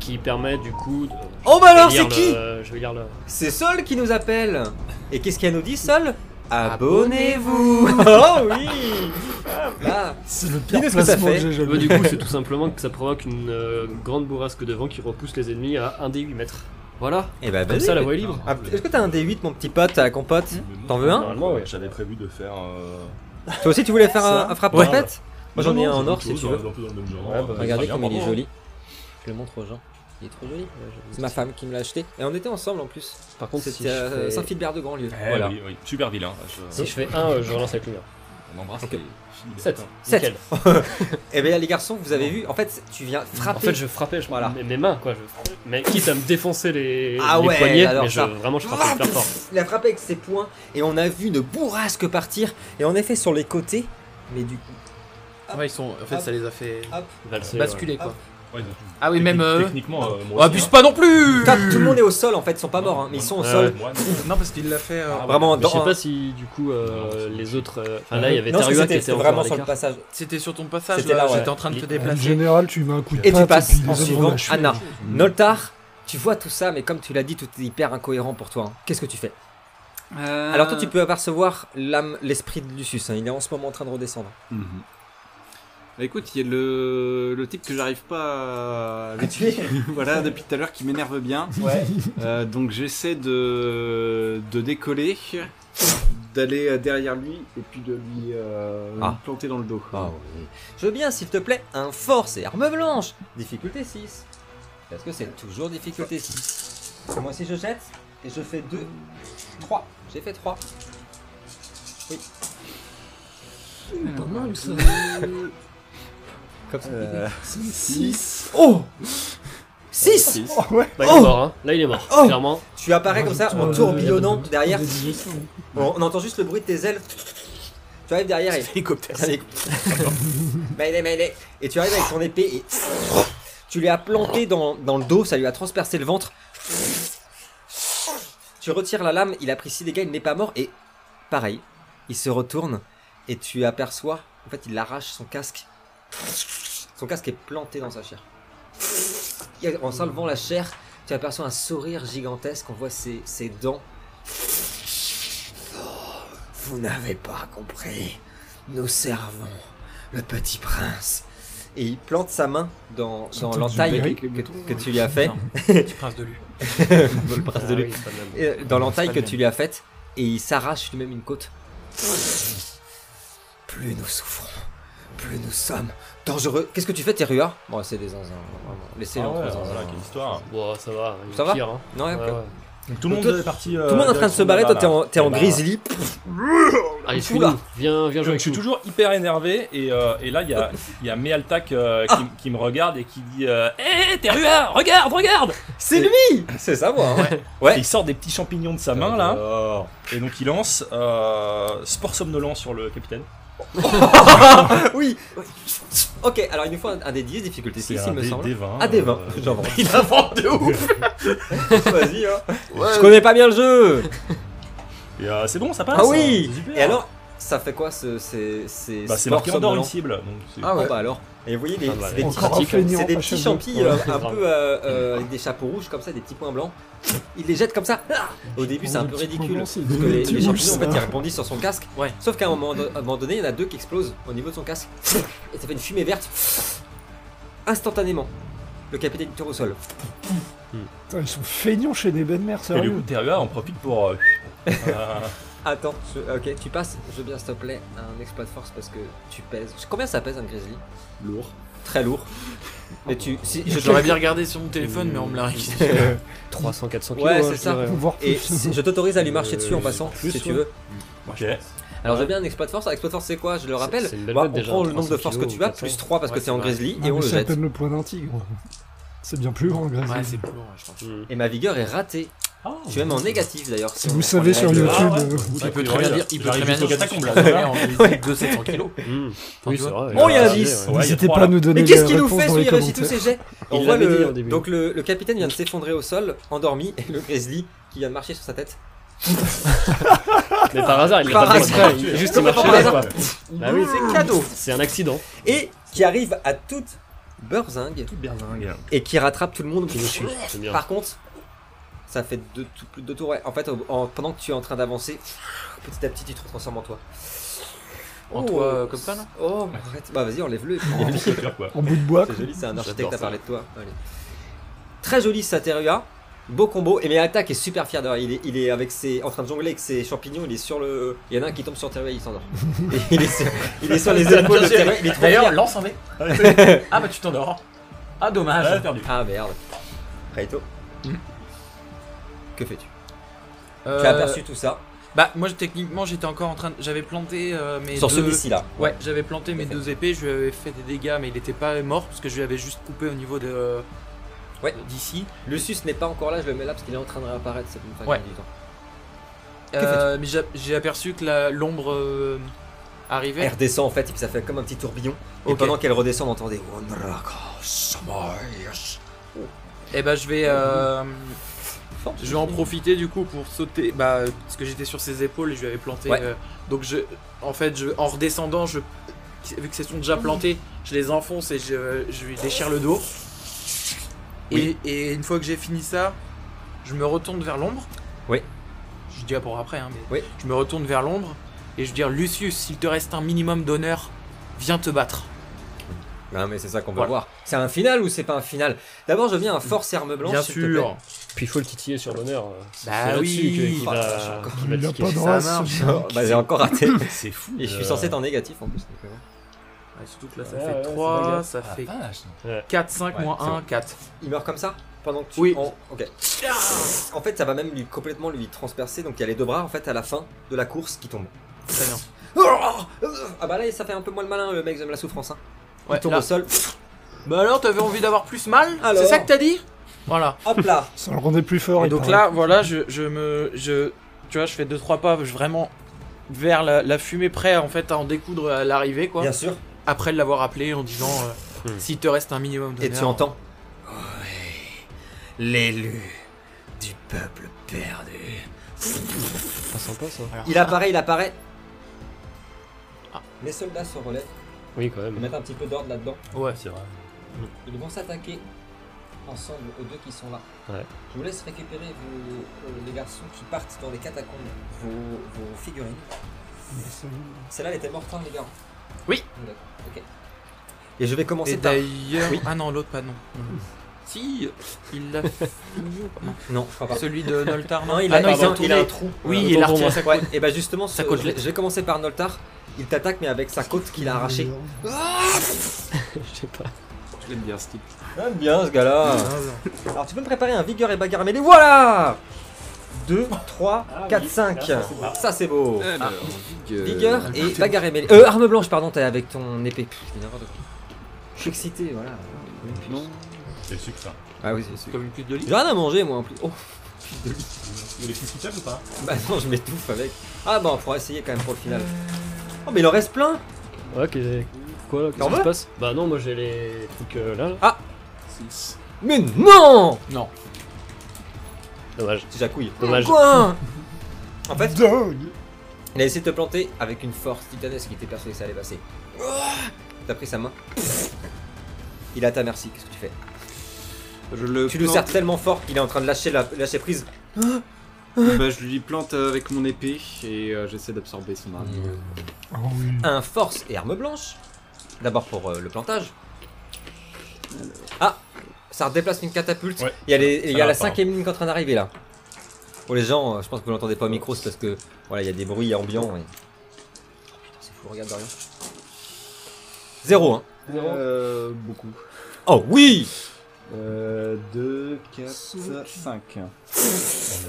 Speaker 3: qui permet du coup. de-
Speaker 1: Oh bah
Speaker 3: je vais
Speaker 1: alors,
Speaker 3: lire
Speaker 1: c'est qui
Speaker 3: le- Je vais lire le.
Speaker 1: C'est Sol qui nous appelle. Et qu'est-ce qu'elle nous dit, Sol Abonnez-vous [LAUGHS] Oh oui Ah,
Speaker 6: C'est le
Speaker 1: Dis-nous
Speaker 6: pire
Speaker 1: ce que ça
Speaker 6: placement que
Speaker 1: fait.
Speaker 6: j'ai
Speaker 3: Bah,
Speaker 6: jamais
Speaker 1: [LAUGHS]
Speaker 3: du coup, c'est tout simplement que ça provoque une euh, grande bourrasque de vent qui repousse les ennemis à 1 des 8 mètres. Voilà,
Speaker 1: Et bah,
Speaker 3: comme
Speaker 1: vas-y.
Speaker 3: ça la voie est libre.
Speaker 1: Ah, Est-ce que t'as un D8, mon petit pote, à la compote
Speaker 5: Hmm.
Speaker 1: T'en veux un
Speaker 5: Normalement, ouais, j'avais prévu de faire. euh,
Speaker 1: Toi aussi, tu voulais faire un, un frappe
Speaker 5: Ouais.
Speaker 1: tempête Moi, j'en ai un en or, si tu veux.
Speaker 5: Un peu dans le même genre.
Speaker 3: Ouais, bah,
Speaker 5: Ça
Speaker 1: Regardez
Speaker 6: Ah,
Speaker 5: vient
Speaker 1: comme il est
Speaker 5: vraiment,
Speaker 1: joli.
Speaker 6: hein.
Speaker 1: Je le montre aux gens. Il est trop joli. C'est ma femme qui me l'a acheté. Et on était ensemble en plus.
Speaker 3: Par contre, si
Speaker 1: C'était
Speaker 3: je,
Speaker 1: à
Speaker 3: fais...
Speaker 1: Saint-Philbert de Grandlieu.
Speaker 5: hein. Eh
Speaker 1: voilà.
Speaker 5: oui, oui, super vilain.
Speaker 1: Ah.
Speaker 5: Je-
Speaker 3: si je fais 1, je relance avec lumière.
Speaker 5: On embrasse
Speaker 1: Ok.
Speaker 5: les filles.
Speaker 3: 7,
Speaker 1: Sept. Eh bien, les garçons, vous avez vu, en fait, tu viens frapper.
Speaker 3: En fait, je frappais, je
Speaker 1: Voilà.
Speaker 3: mes, mes mains, quoi. Je... Mais quitte à me défoncer les,
Speaker 1: Ah
Speaker 3: les
Speaker 1: ouais,
Speaker 3: poignets,
Speaker 1: alors
Speaker 3: mais je,
Speaker 1: ça.
Speaker 3: vraiment, je frappais hyper fort.
Speaker 1: Il a frappé avec ses poings et on a vu une bourrasque partir. Et en effet, sur les côtés, mais du coup,
Speaker 2: Ouais, Ah, ils sont. En fait, ça les a fait
Speaker 3: Valser,
Speaker 2: basculer quoi.
Speaker 5: Ouais, donc,
Speaker 2: Ah oui,
Speaker 5: techni-
Speaker 2: même. euh,
Speaker 5: Techniquement, euh, moi.
Speaker 2: Abuse pas non plus
Speaker 1: Putain, tout le monde est au sol en fait, ils sont Ah, pas morts, hein, mais ils sont au
Speaker 3: Ouais,
Speaker 1: sol.
Speaker 3: ouais.
Speaker 1: [LAUGHS]
Speaker 2: Non, parce qu'il l'a fait. euh,
Speaker 5: Ah,
Speaker 1: Vraiment,
Speaker 3: ouais. Mais
Speaker 1: dans.
Speaker 3: je sais pas si du coup euh, les autres. euh, Enfin là, il y avait
Speaker 1: Non, parce que
Speaker 3: Terua qui
Speaker 1: c'était-
Speaker 3: était
Speaker 1: c'était
Speaker 3: encore
Speaker 1: vraiment
Speaker 3: à
Speaker 1: sur le
Speaker 3: l'écart.
Speaker 1: passage.
Speaker 2: C'était sur ton passage
Speaker 1: C'était
Speaker 2: là,
Speaker 1: là, ouais.
Speaker 2: j'étais en train de te
Speaker 3: Et-
Speaker 6: En
Speaker 2: déplacer.
Speaker 6: général, tu mets un coup de
Speaker 1: Et tu
Speaker 6: patte
Speaker 1: passes
Speaker 6: puis
Speaker 1: en
Speaker 6: les autres
Speaker 1: suivant Ah,
Speaker 6: vont lâcher.
Speaker 1: Anna.
Speaker 4: Euh,
Speaker 1: Noltar, tu vois tout ça, mais comme tu l'as dit, tout est hyper incohérent pour toi. hein. Qu'est-ce que tu fais
Speaker 2: Euh,
Speaker 1: Alors toi, tu peux apercevoir l'âme, l'esprit de Lucius. hein, Il est en ce moment en train de redescendre.
Speaker 4: Mhm. Bah écoute, il y a le, le type que j'arrive pas à
Speaker 1: tuer
Speaker 4: [LAUGHS] voilà, depuis tout à l'heure qui m'énerve bien.
Speaker 1: Ouais.
Speaker 4: Euh, donc j'essaie de, de décoller, d'aller euh, derrière lui et puis de lui euh,
Speaker 1: Ah.
Speaker 4: planter dans le dos.
Speaker 1: Je veux bien, s'il te plaît, un force et arme blanche. Difficulté 6. Parce que c'est toujours difficulté 6. Moi aussi, je jette et je fais 2. 3. J'ai fait 3. Oui.
Speaker 2: Pas mal, ça.
Speaker 1: [LAUGHS]
Speaker 2: Euh,
Speaker 1: Comme ça.
Speaker 4: 6
Speaker 1: Oh 6
Speaker 4: 6
Speaker 6: Oh ouais,
Speaker 3: Bah, il est
Speaker 1: Oh
Speaker 3: mort, hein. Là, il est mort,
Speaker 1: Oh
Speaker 3: clairement.
Speaker 1: Tu apparais comme ça en
Speaker 6: Euh,
Speaker 1: tourbillonnant derrière.
Speaker 6: des digestions.
Speaker 1: On, on entend juste le bruit de tes ailes. Tu arrives derrière et.
Speaker 2: Hélicoptère.
Speaker 1: Allez. Mêlée, mêlée. Et tu arrives avec ton épée et. Tu lui as planté dans, dans le dos, ça lui a transpercé le ventre. Tu retires la lame, il a pris 6 dégâts, il n'est pas mort et. Pareil, il se retourne et tu aperçois. En fait, il arrache son casque. Son casque est planté dans sa chair. Et En s'enlevant la chair, tu aperçois un sourire gigantesque, on voit ses, ses dents. Vous n'avez pas compris. Nous servons le petit prince. Et il plante sa main dans,
Speaker 6: Son
Speaker 1: dans
Speaker 6: truc
Speaker 1: l'entaille
Speaker 6: du
Speaker 1: que, que tu lui as fait.
Speaker 2: Petit prince de lui.
Speaker 1: Le prince de
Speaker 3: Ah
Speaker 1: lui.
Speaker 3: oui, c'est pas le même.
Speaker 1: Et, euh, dans l'entaille
Speaker 2: Très
Speaker 1: que
Speaker 2: bien.
Speaker 1: tu lui as faite et il s'arrache lui-même une côte. Plus nous souffrons, plus nous sommes dangereux. Qu'est-ce que tu fais, Terua Bon, c'est des zinzins, vraiment. Laissez-les
Speaker 5: Ah ouais,
Speaker 1: entre zinzins.
Speaker 5: voilà, quelle histoire.
Speaker 3: Bon, ça va, il
Speaker 1: Ça
Speaker 3: est
Speaker 1: va
Speaker 3: pire. Hein.
Speaker 1: Non, ouais,
Speaker 3: Ouais,
Speaker 1: ok.
Speaker 3: ouais.
Speaker 5: Donc, tout le monde
Speaker 1: Donc,
Speaker 5: est parti. euh,
Speaker 1: Tout le monde est en train de se barrer, toi t'es en, t'es en grizzly.
Speaker 3: Allez,
Speaker 1: Oula.
Speaker 3: suis-nous. Viens, viens jouer
Speaker 5: Je
Speaker 3: avec
Speaker 5: suis
Speaker 3: nous.
Speaker 5: toujours hyper énervé et, euh, et là il y a, il y a Mealtak euh,
Speaker 1: Ah.
Speaker 5: qui, qui me regarde et qui dit euh, Hé, t'es ruard, regarde, regarde
Speaker 1: C'est
Speaker 5: Et-
Speaker 1: lui [LAUGHS] C'est ça, moi. hein. Ouais.
Speaker 5: Et Il sort des petits champignons de sa main là et donc il lance euh, Sport somnolent sur le capitaine.
Speaker 1: oui. oui. Ok, alors il nous faut un, un des 10 difficultés 6, il me
Speaker 5: dé-
Speaker 1: semble.
Speaker 5: D20.
Speaker 1: Ah, des 20,
Speaker 5: euh,
Speaker 1: j'invente.
Speaker 2: Il invente de ouf
Speaker 1: [LAUGHS] Vas-y, hein. Je connais pas bien le jeu
Speaker 5: Et euh, c'est bon, ça passe.
Speaker 1: Ah oui
Speaker 5: c'est super.
Speaker 1: Et alors, ça fait quoi ce. C'est c'est
Speaker 5: Bah, c'est
Speaker 1: sport
Speaker 5: marqué en dehors une
Speaker 1: somnolent
Speaker 5: cible. donc c'est-
Speaker 2: Ah ouais.
Speaker 1: Ah bah alors. Et vous voyez, les-
Speaker 3: Ah bah,
Speaker 1: c'est des petits
Speaker 6: Encore un
Speaker 3: pratique, hein.
Speaker 6: feignant,
Speaker 1: C'est des
Speaker 6: pas
Speaker 1: petits
Speaker 6: chez
Speaker 1: champis
Speaker 3: Ouais,
Speaker 1: euh,
Speaker 3: c'est
Speaker 1: un
Speaker 3: grave.
Speaker 1: peu euh, euh, avec des chapeaux rouges comme ça, des petits points blancs. Il les jette comme ça. Ah Au début, c'est un peu
Speaker 6: Des petits
Speaker 1: ridicule.
Speaker 6: points blancs,
Speaker 1: Parce
Speaker 6: c'est
Speaker 1: que
Speaker 6: des
Speaker 1: les,
Speaker 6: petits
Speaker 1: les
Speaker 6: rouges,
Speaker 1: champignons, en fait,
Speaker 6: ça.
Speaker 1: ils rebondissent sur son casque.
Speaker 2: Ouais.
Speaker 1: Sauf qu'à un moment, à un moment donné, il y en a deux qui explosent au niveau de son casque. Et ça fait une fumée verte. Instantanément. Le capitaine tourne au sol.
Speaker 6: Putain, ils sont feignants chez des bonnes mères,
Speaker 5: Et du coup,
Speaker 6: sérieux.
Speaker 5: Terua en profite
Speaker 1: [LAUGHS]
Speaker 5: pour. euh, euh,
Speaker 1: Attends, je- ok, tu passes, je veux bien s'il te plaît, un exploit de force parce que tu pèses. Combien ça pèse un grizzly
Speaker 4: Lourd.
Speaker 1: Très lourd. Mais tu. Si,
Speaker 2: [LAUGHS]
Speaker 1: je
Speaker 2: J'aurais bien regardé sur mon téléphone, mais on me l'a réquisitionné.
Speaker 3: 300, 400
Speaker 1: Ouais,
Speaker 3: kilos. hein,
Speaker 1: c'est
Speaker 3: je
Speaker 1: ça.
Speaker 3: dirais, hein.
Speaker 6: Pour voir
Speaker 1: Et
Speaker 6: plus.
Speaker 1: si- je t'autorise à lui marcher
Speaker 3: Euh,
Speaker 1: dessus en passant,
Speaker 3: plus,
Speaker 1: si tu
Speaker 3: ouais.
Speaker 1: veux.
Speaker 5: ok.
Speaker 1: Alors j'ai bien un exploit de force. Un exploit de force, c'est quoi Je le rappelle.
Speaker 3: c'est une belle
Speaker 1: Bah,
Speaker 3: note
Speaker 1: on
Speaker 3: déjà,
Speaker 1: prend le nombre de
Speaker 3: 300
Speaker 1: force que
Speaker 3: kilos,
Speaker 1: tu as,
Speaker 3: 400.
Speaker 1: plus 3 parce
Speaker 2: Ouais,
Speaker 1: que c'est en
Speaker 2: c'est vrai.
Speaker 1: grizzly,
Speaker 6: Non,
Speaker 1: et
Speaker 6: Ah, mais
Speaker 1: on le
Speaker 6: c'est à
Speaker 1: jette.
Speaker 6: peine le point d'un tigre. C'est bien plus grand,
Speaker 2: [LAUGHS]
Speaker 6: grâce
Speaker 2: Ouais, c'est plus loin, je pense.
Speaker 3: Hmm.
Speaker 1: Et ma vigueur est ratée.
Speaker 5: Ah,
Speaker 1: Je suis même en négatif d'ailleurs.
Speaker 6: Si
Speaker 1: on-
Speaker 6: vous
Speaker 1: on
Speaker 6: savez
Speaker 1: enlève
Speaker 6: sur
Speaker 1: le-
Speaker 6: YouTube,
Speaker 5: Ah ouais.
Speaker 6: euh,
Speaker 2: Il peut très bien dire, il peut très bien dire, je suis
Speaker 5: là.
Speaker 2: tombé
Speaker 5: [LAUGHS]
Speaker 2: en grizzly de 700 kilos.
Speaker 3: Hmm.
Speaker 2: tu
Speaker 3: Oui, c'est
Speaker 2: vois.
Speaker 3: vrai.
Speaker 1: Bon, il y a un
Speaker 3: Ouais,
Speaker 1: 10.
Speaker 5: Ouais, il y a
Speaker 6: n'hésitez
Speaker 5: trois,
Speaker 6: pas à
Speaker 5: là.
Speaker 6: nous donner
Speaker 1: Mais
Speaker 6: les
Speaker 1: qu'est-ce qu'il nous
Speaker 6: réponses
Speaker 1: fait
Speaker 6: dans
Speaker 1: celui
Speaker 6: les
Speaker 1: qui réussit tous
Speaker 6: commentaires.
Speaker 1: ces jets
Speaker 3: On
Speaker 1: On voit
Speaker 3: l'avait dit
Speaker 1: le...
Speaker 3: au début.
Speaker 1: Donc le, le capitaine vient de s'effondrer au sol, endormi, et le grizzly qui vient de marcher sur sa tête.
Speaker 3: Mais par hasard, il l'a
Speaker 1: Par
Speaker 3: pas pris.
Speaker 1: hasard.
Speaker 3: Il a juste
Speaker 1: Comme
Speaker 3: marché
Speaker 1: par
Speaker 3: là,
Speaker 1: hasard.
Speaker 3: quoi. Bah oui,
Speaker 1: C'est cadeau
Speaker 3: c'est un accident.
Speaker 1: Ah. Et qui arrive à toute beurzingue et qui rattrape tout le monde.
Speaker 3: Qui nous suit. C'est bien.
Speaker 1: Par contre, ça fait deux, tou- plus de deux tours. ouais. En fait, au- en- pendant que tu es en train d'avancer, petit à petit, tu te transformes en toi.
Speaker 2: En
Speaker 1: Oh.
Speaker 2: toi, euh, comme ça, là
Speaker 1: Oh, arrête. Bah vas-y, enlève-le.
Speaker 5: quoi.
Speaker 6: En bout de bois,
Speaker 1: C'est joli, c'est un architecte
Speaker 3: J'adore
Speaker 1: à
Speaker 3: ça.
Speaker 1: parler de toi. Allez. Très joli Sateria. Beau combo. Et Meata qui est super fier d'ailleurs. Il est, il est avec ses, en train de jongler avec ses champignons. Il est sur le. Il y en a un qui tombe sur Teruya, il
Speaker 2: [LAUGHS]
Speaker 1: s'endort. Et il, est sur, il est sur les épaules de Teruya. Il est trop
Speaker 2: D'ailleurs,
Speaker 1: fier.
Speaker 2: lance un dé. [LAUGHS] Ah bah tu t'endors. Ah
Speaker 5: Ah,
Speaker 2: dommage.
Speaker 5: perdu.
Speaker 1: Ah merde. Raito.
Speaker 2: Hmm.
Speaker 1: Que fais-tu
Speaker 2: Euh,
Speaker 1: Tu as aperçu tout ça
Speaker 2: Bah moi je- techniquement j'étais encore en train de... J'avais planté euh, mes
Speaker 1: sur
Speaker 2: deux...
Speaker 1: celui-ci là.
Speaker 2: Ouais, j'avais planté mes
Speaker 1: Tout à
Speaker 2: deux épées, je lui avais fait des dégâts mais il était pas mort parce que je lui avais juste coupé au niveau de...
Speaker 1: Ouais.
Speaker 2: D'ici.
Speaker 1: Lucius n'est pas encore là. Je le mets là parce qu'il est en train de réapparaître. C'est pour me faire
Speaker 2: Ouais.
Speaker 1: gagner du temps.
Speaker 2: Euh, mais j'a- j'ai aperçu que la- l'ombre euh, arrivait.
Speaker 1: Elle redescend en fait. Et puis ça fait comme un petit tourbillon. Et
Speaker 2: Ok.
Speaker 1: pendant qu'elle redescend, on entendait. Wondrakosamaios.
Speaker 2: Et bah je vais... euh,
Speaker 1: Fort.
Speaker 2: Je vais en profiter du coup pour sauter, bah, euh, parce que j'étais sur ses épaules et je lui avais planté.
Speaker 1: Ouais.
Speaker 2: euh, donc je, en fait, je, en redescendant, je, vu que c'est sont déjà plantés, je les enfonce et je, je lui déchire le dos. Et, et une fois que j'ai fini ça, je me retourne vers l'ombre.
Speaker 1: Oui.
Speaker 2: Je dis ah, pour après, hein, mais
Speaker 1: Oui.
Speaker 2: je me retourne vers l'ombre et je veux dire Lucius, s'il te reste un minimum d'honneur, viens te battre.
Speaker 1: Non mais c'est ça qu'on va
Speaker 2: Voilà.
Speaker 1: voir. C'est un final ou c'est pas un final D'abord je viens à force et arme blanche.
Speaker 2: Bien
Speaker 1: s'il te plaît.
Speaker 2: sûr.
Speaker 3: Puis il faut le titiller sur l'honneur. euh,
Speaker 2: Bah
Speaker 3: c'est là-dessus
Speaker 2: oui.
Speaker 3: que- qu'il
Speaker 1: Oh,
Speaker 3: va-
Speaker 1: je suis encore-
Speaker 3: qu'il va
Speaker 6: il a
Speaker 3: tiquer.
Speaker 6: pas de
Speaker 2: ça
Speaker 6: race.
Speaker 2: marche.
Speaker 6: ce genre.
Speaker 1: [LAUGHS] Bah j'ai encore
Speaker 2: [LAUGHS]
Speaker 1: raté.
Speaker 5: C'est fou.
Speaker 1: Et je suis censé être en négatif en plus. donc, euh,
Speaker 2: Ouais, Ah, surtout que là, ça
Speaker 3: Ouais,
Speaker 2: fait
Speaker 3: ouais, c'est
Speaker 2: 3,
Speaker 3: dingue.
Speaker 2: ça fait
Speaker 5: vache.
Speaker 2: 4, 5
Speaker 5: Ouais,
Speaker 2: moins
Speaker 5: c'est
Speaker 2: 1, 4.
Speaker 1: Il meurt comme ça pendant que tu.
Speaker 2: Oui.
Speaker 1: en- Ok. En fait ça va même lui complètement lui transpercer. Donc il y a les deux bras en fait à la fin de la course qui tombent.
Speaker 2: Très bien.
Speaker 1: Ah bah là ça fait un peu moins le malin le mec j'aime la souffrance. Hein. Il
Speaker 2: Ouais,
Speaker 1: tombe
Speaker 2: là.
Speaker 1: au sol.
Speaker 2: Bah alors, t'avais envie d'avoir plus mal
Speaker 1: Alors
Speaker 2: C'est ça que t'as dit Voilà.
Speaker 1: Hop là.
Speaker 6: Ça le rendait plus fort.
Speaker 2: Et
Speaker 6: il
Speaker 2: donc
Speaker 6: paraît.
Speaker 2: là, voilà, je, je me. Je, tu vois, je fais 2-3 pas je- vraiment vers la, la fumée, prêt en fait à en découdre à l'arrivée, quoi.
Speaker 1: Bien sûr.
Speaker 2: Après l'avoir appelé en disant euh,
Speaker 3: Hmm.
Speaker 2: S'il te reste un minimum de.
Speaker 1: Et tu entends. L'élu du peuple perdu.
Speaker 3: Pas sympa ça.
Speaker 1: Il apparaît, il apparaît.
Speaker 2: Ah.
Speaker 1: Les soldats se relèvent,
Speaker 3: Oui, quand
Speaker 1: ils
Speaker 3: même.
Speaker 1: mettent un petit peu d'ordre là-dedans.
Speaker 2: Ouais.
Speaker 5: C'est vrai.
Speaker 1: Ils vont s'attaquer ensemble aux deux qui sont là.
Speaker 3: Ouais.
Speaker 1: Je vous laisse récupérer vos, euh, les garçons qui partent dans les catacombes, vos, vos figurines. Celle-là, elle était morte, hein, les gars
Speaker 2: Oui.
Speaker 1: D'accord, ok. Et je vais commencer
Speaker 2: Et
Speaker 1: par...
Speaker 2: d'ailleurs.
Speaker 1: Oui.
Speaker 2: Ah non, l'autre pas, non. Si, il l'a fini ou pas Non.
Speaker 1: Non, je crois pas.
Speaker 2: Celui de Noltar, non
Speaker 1: Non, il
Speaker 2: Ah
Speaker 1: a,
Speaker 2: non,
Speaker 1: il
Speaker 2: ils
Speaker 1: a-
Speaker 2: ont
Speaker 1: il a un trou. Euh,
Speaker 2: Oui,
Speaker 3: Autant
Speaker 2: il a
Speaker 3: pour
Speaker 2: retiré
Speaker 3: moi.
Speaker 2: sa
Speaker 1: Ouais,
Speaker 2: couette.
Speaker 1: et bah justement, ce-
Speaker 2: côte,
Speaker 1: je, vais- je vais commencer par Noltar. Il t'attaque, mais avec sa côte qu'il a arrachée.
Speaker 3: Je sais pas.
Speaker 4: Je l'aime bien, ce type.
Speaker 1: J'aime bien ce gars-là.
Speaker 2: Ah, non.
Speaker 1: Alors tu peux me préparer un vigueur et bagarre mêlée. Voilà 2, 3,
Speaker 3: Ah oui,
Speaker 1: 4, 5.
Speaker 3: là, ça, c'est beau.
Speaker 1: Ça c'est beau. Ah,
Speaker 4: Alors, vigueur.
Speaker 1: Vigueur et bagarre et mêlée. Euh, arme blanche, pardon, t'es avec ton épée. Pff, je dis n'importe quoi. Je suis excité, voilà.
Speaker 4: Non,
Speaker 5: C'est succinct.
Speaker 1: Ah oui, c'est sûr.
Speaker 2: Comme une pute de lit.
Speaker 1: J'ai rien à manger moi en plus. Oh, [LAUGHS]
Speaker 5: Il est succinct ou pas
Speaker 1: bah non, je m'étouffe avec. Ah bah on pourra essayer quand même pour le final. Oh, mais il en reste plein
Speaker 3: Ouais, qu'est- quoi là Qu'est-ce
Speaker 1: T'en
Speaker 3: qui se
Speaker 1: veux
Speaker 3: passe Bah non, moi j'ai les trucs euh, là. là.
Speaker 4: six.
Speaker 1: Mais non
Speaker 2: Non.
Speaker 3: Dommage.
Speaker 1: Tu jacouilles.
Speaker 3: Dommage.
Speaker 1: Quoi En fait,
Speaker 6: Dingue
Speaker 1: Il a essayé de te planter avec une force titanesque qui était persuadé que ça allait passer. T'as pris sa main. Il est à ta merci, qu'est-ce que tu fais
Speaker 4: Je le
Speaker 1: Tu le
Speaker 4: plante-
Speaker 1: serres tellement fort qu'il est en train de lâcher, la, lâcher prise.
Speaker 4: Bah, je lui plante avec mon épée et euh, j'essaie d'absorber son arme.
Speaker 6: Oh oui.
Speaker 1: Un force et arme blanche. D'abord pour euh, le plantage. Ah Ça redéplace une catapulte.
Speaker 5: Ouais.
Speaker 1: Il y a, les- il y a
Speaker 5: va
Speaker 1: la
Speaker 5: pas,
Speaker 1: cinquième ligne qui est en train d'arriver là. Pour les gens, euh, je pense que vous l'entendez pas au micro, c'est parce que voilà, il y a des bruits ambiants. et- Oh putain, c'est fou, regarde Dorian. Zéro, hein.
Speaker 4: Euh, beaucoup.
Speaker 1: Oh oui
Speaker 4: Euh, 2, 4,
Speaker 6: Cinq.
Speaker 4: 5.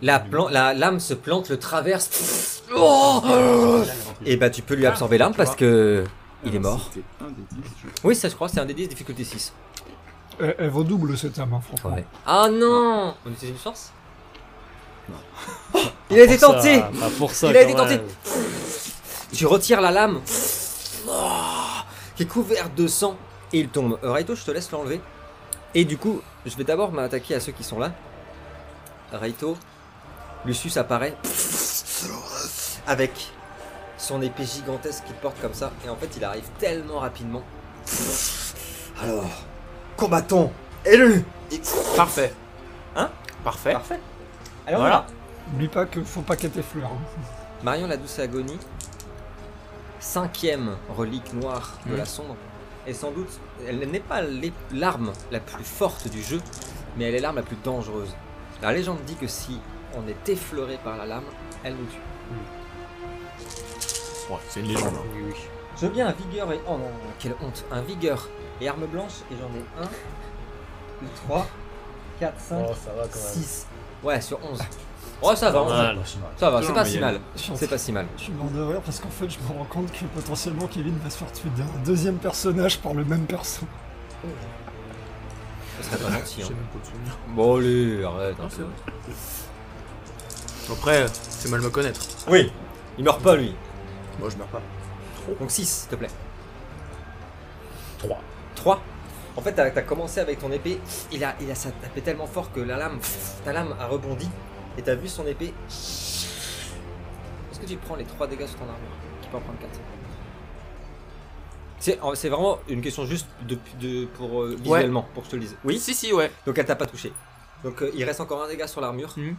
Speaker 1: La, plan- la lame se plante, le traverse. Oh et bah tu peux lui absorber l'arme parce que il
Speaker 4: Ah,
Speaker 1: est mort.
Speaker 4: C'était un des 10.
Speaker 1: Oui, ça je crois, c'est un des 10, difficulté 6.
Speaker 6: Elle, elle vaut double cette âme, hein, franchement.
Speaker 1: Ah non On utilise une force [LAUGHS] Il a été
Speaker 3: Pour ça, ah,
Speaker 1: tenté
Speaker 3: pas pour ça,
Speaker 1: Il a
Speaker 3: quand
Speaker 1: été tenté.
Speaker 3: même.
Speaker 1: Tu retires la lame Oh, qui est couverte de sang et il tombe. Euh, Raito, je te laisse l'enlever. Et du coup, je vais d'abord m'attaquer à ceux qui sont là. Raito, Lucius apparaît [LAUGHS] avec son épée gigantesque qu'il porte comme ça. Et en fait, il arrive tellement rapidement. Alors, combattons Élu
Speaker 2: Parfait.
Speaker 1: Hein
Speaker 2: Parfait.
Speaker 1: Parfait. Alors voilà.
Speaker 2: Voilà.
Speaker 6: N'oublie pas qu'il faut pas qu'elle t'effleure. hein.
Speaker 1: Marion la douce agonie, cinquième relique noire
Speaker 5: Mhm.
Speaker 1: de la sombre, et sans doute, elle n'est pas l'ép- l'arme la plus forte du jeu, mais elle est l'arme la plus dangereuse. La légende dit que si on est effleuré par la lame, elle nous tue.
Speaker 5: Mhm. Ouais, c'est une légende. hein.
Speaker 3: Oui, oui.
Speaker 1: Je veux bien un vigueur et... Oh non, quelle honte Un vigueur et arme blanche, et j'en ai un, trois, quatre, cinq,
Speaker 3: Oh, ça va quand même.
Speaker 1: six. Ouais, sur
Speaker 5: Ah.
Speaker 1: 11. Oh, ça va,
Speaker 3: Pas
Speaker 1: on-
Speaker 3: mal.
Speaker 1: ça va, c'est
Speaker 4: Toujours
Speaker 1: pas
Speaker 4: en
Speaker 1: si mal.
Speaker 4: moyenne.
Speaker 6: Je suis en
Speaker 1: C'est pas si mal.
Speaker 6: Je suis mort de rire parce qu'en fait, je me rends compte que potentiellement Kevin va se faire tuer d'un deuxième personnage par le même perso.
Speaker 1: Ce serait pas gentil. hein. Ah,
Speaker 2: J'ai même pas de souvenir.
Speaker 1: Bon, allez, arrête. un
Speaker 2: Non,
Speaker 1: peu.
Speaker 2: c'est Après, euh, c'est mal me connaître.
Speaker 1: Oui, il meurt pas lui.
Speaker 2: Moi, je meurs pas.
Speaker 1: Donc 6, s'il te plaît.
Speaker 5: 3.
Speaker 1: 3. En fait, t'as t'as commencé avec ton épée, il a, il a ça tapé tellement fort que la lame, ta lame a rebondi et t'as vu son épée. Est-ce que tu prends les 3 dégâts sur ton armure Tu peux en prendre 4. C'est en- c'est vraiment une question juste de, de- pour euh, visuellement, pour que je te le dise. Oui
Speaker 2: Si, si, ouais.
Speaker 1: Donc elle t'a pas touché. Donc euh, il reste encore un dégât sur l'armure.
Speaker 2: Mhm.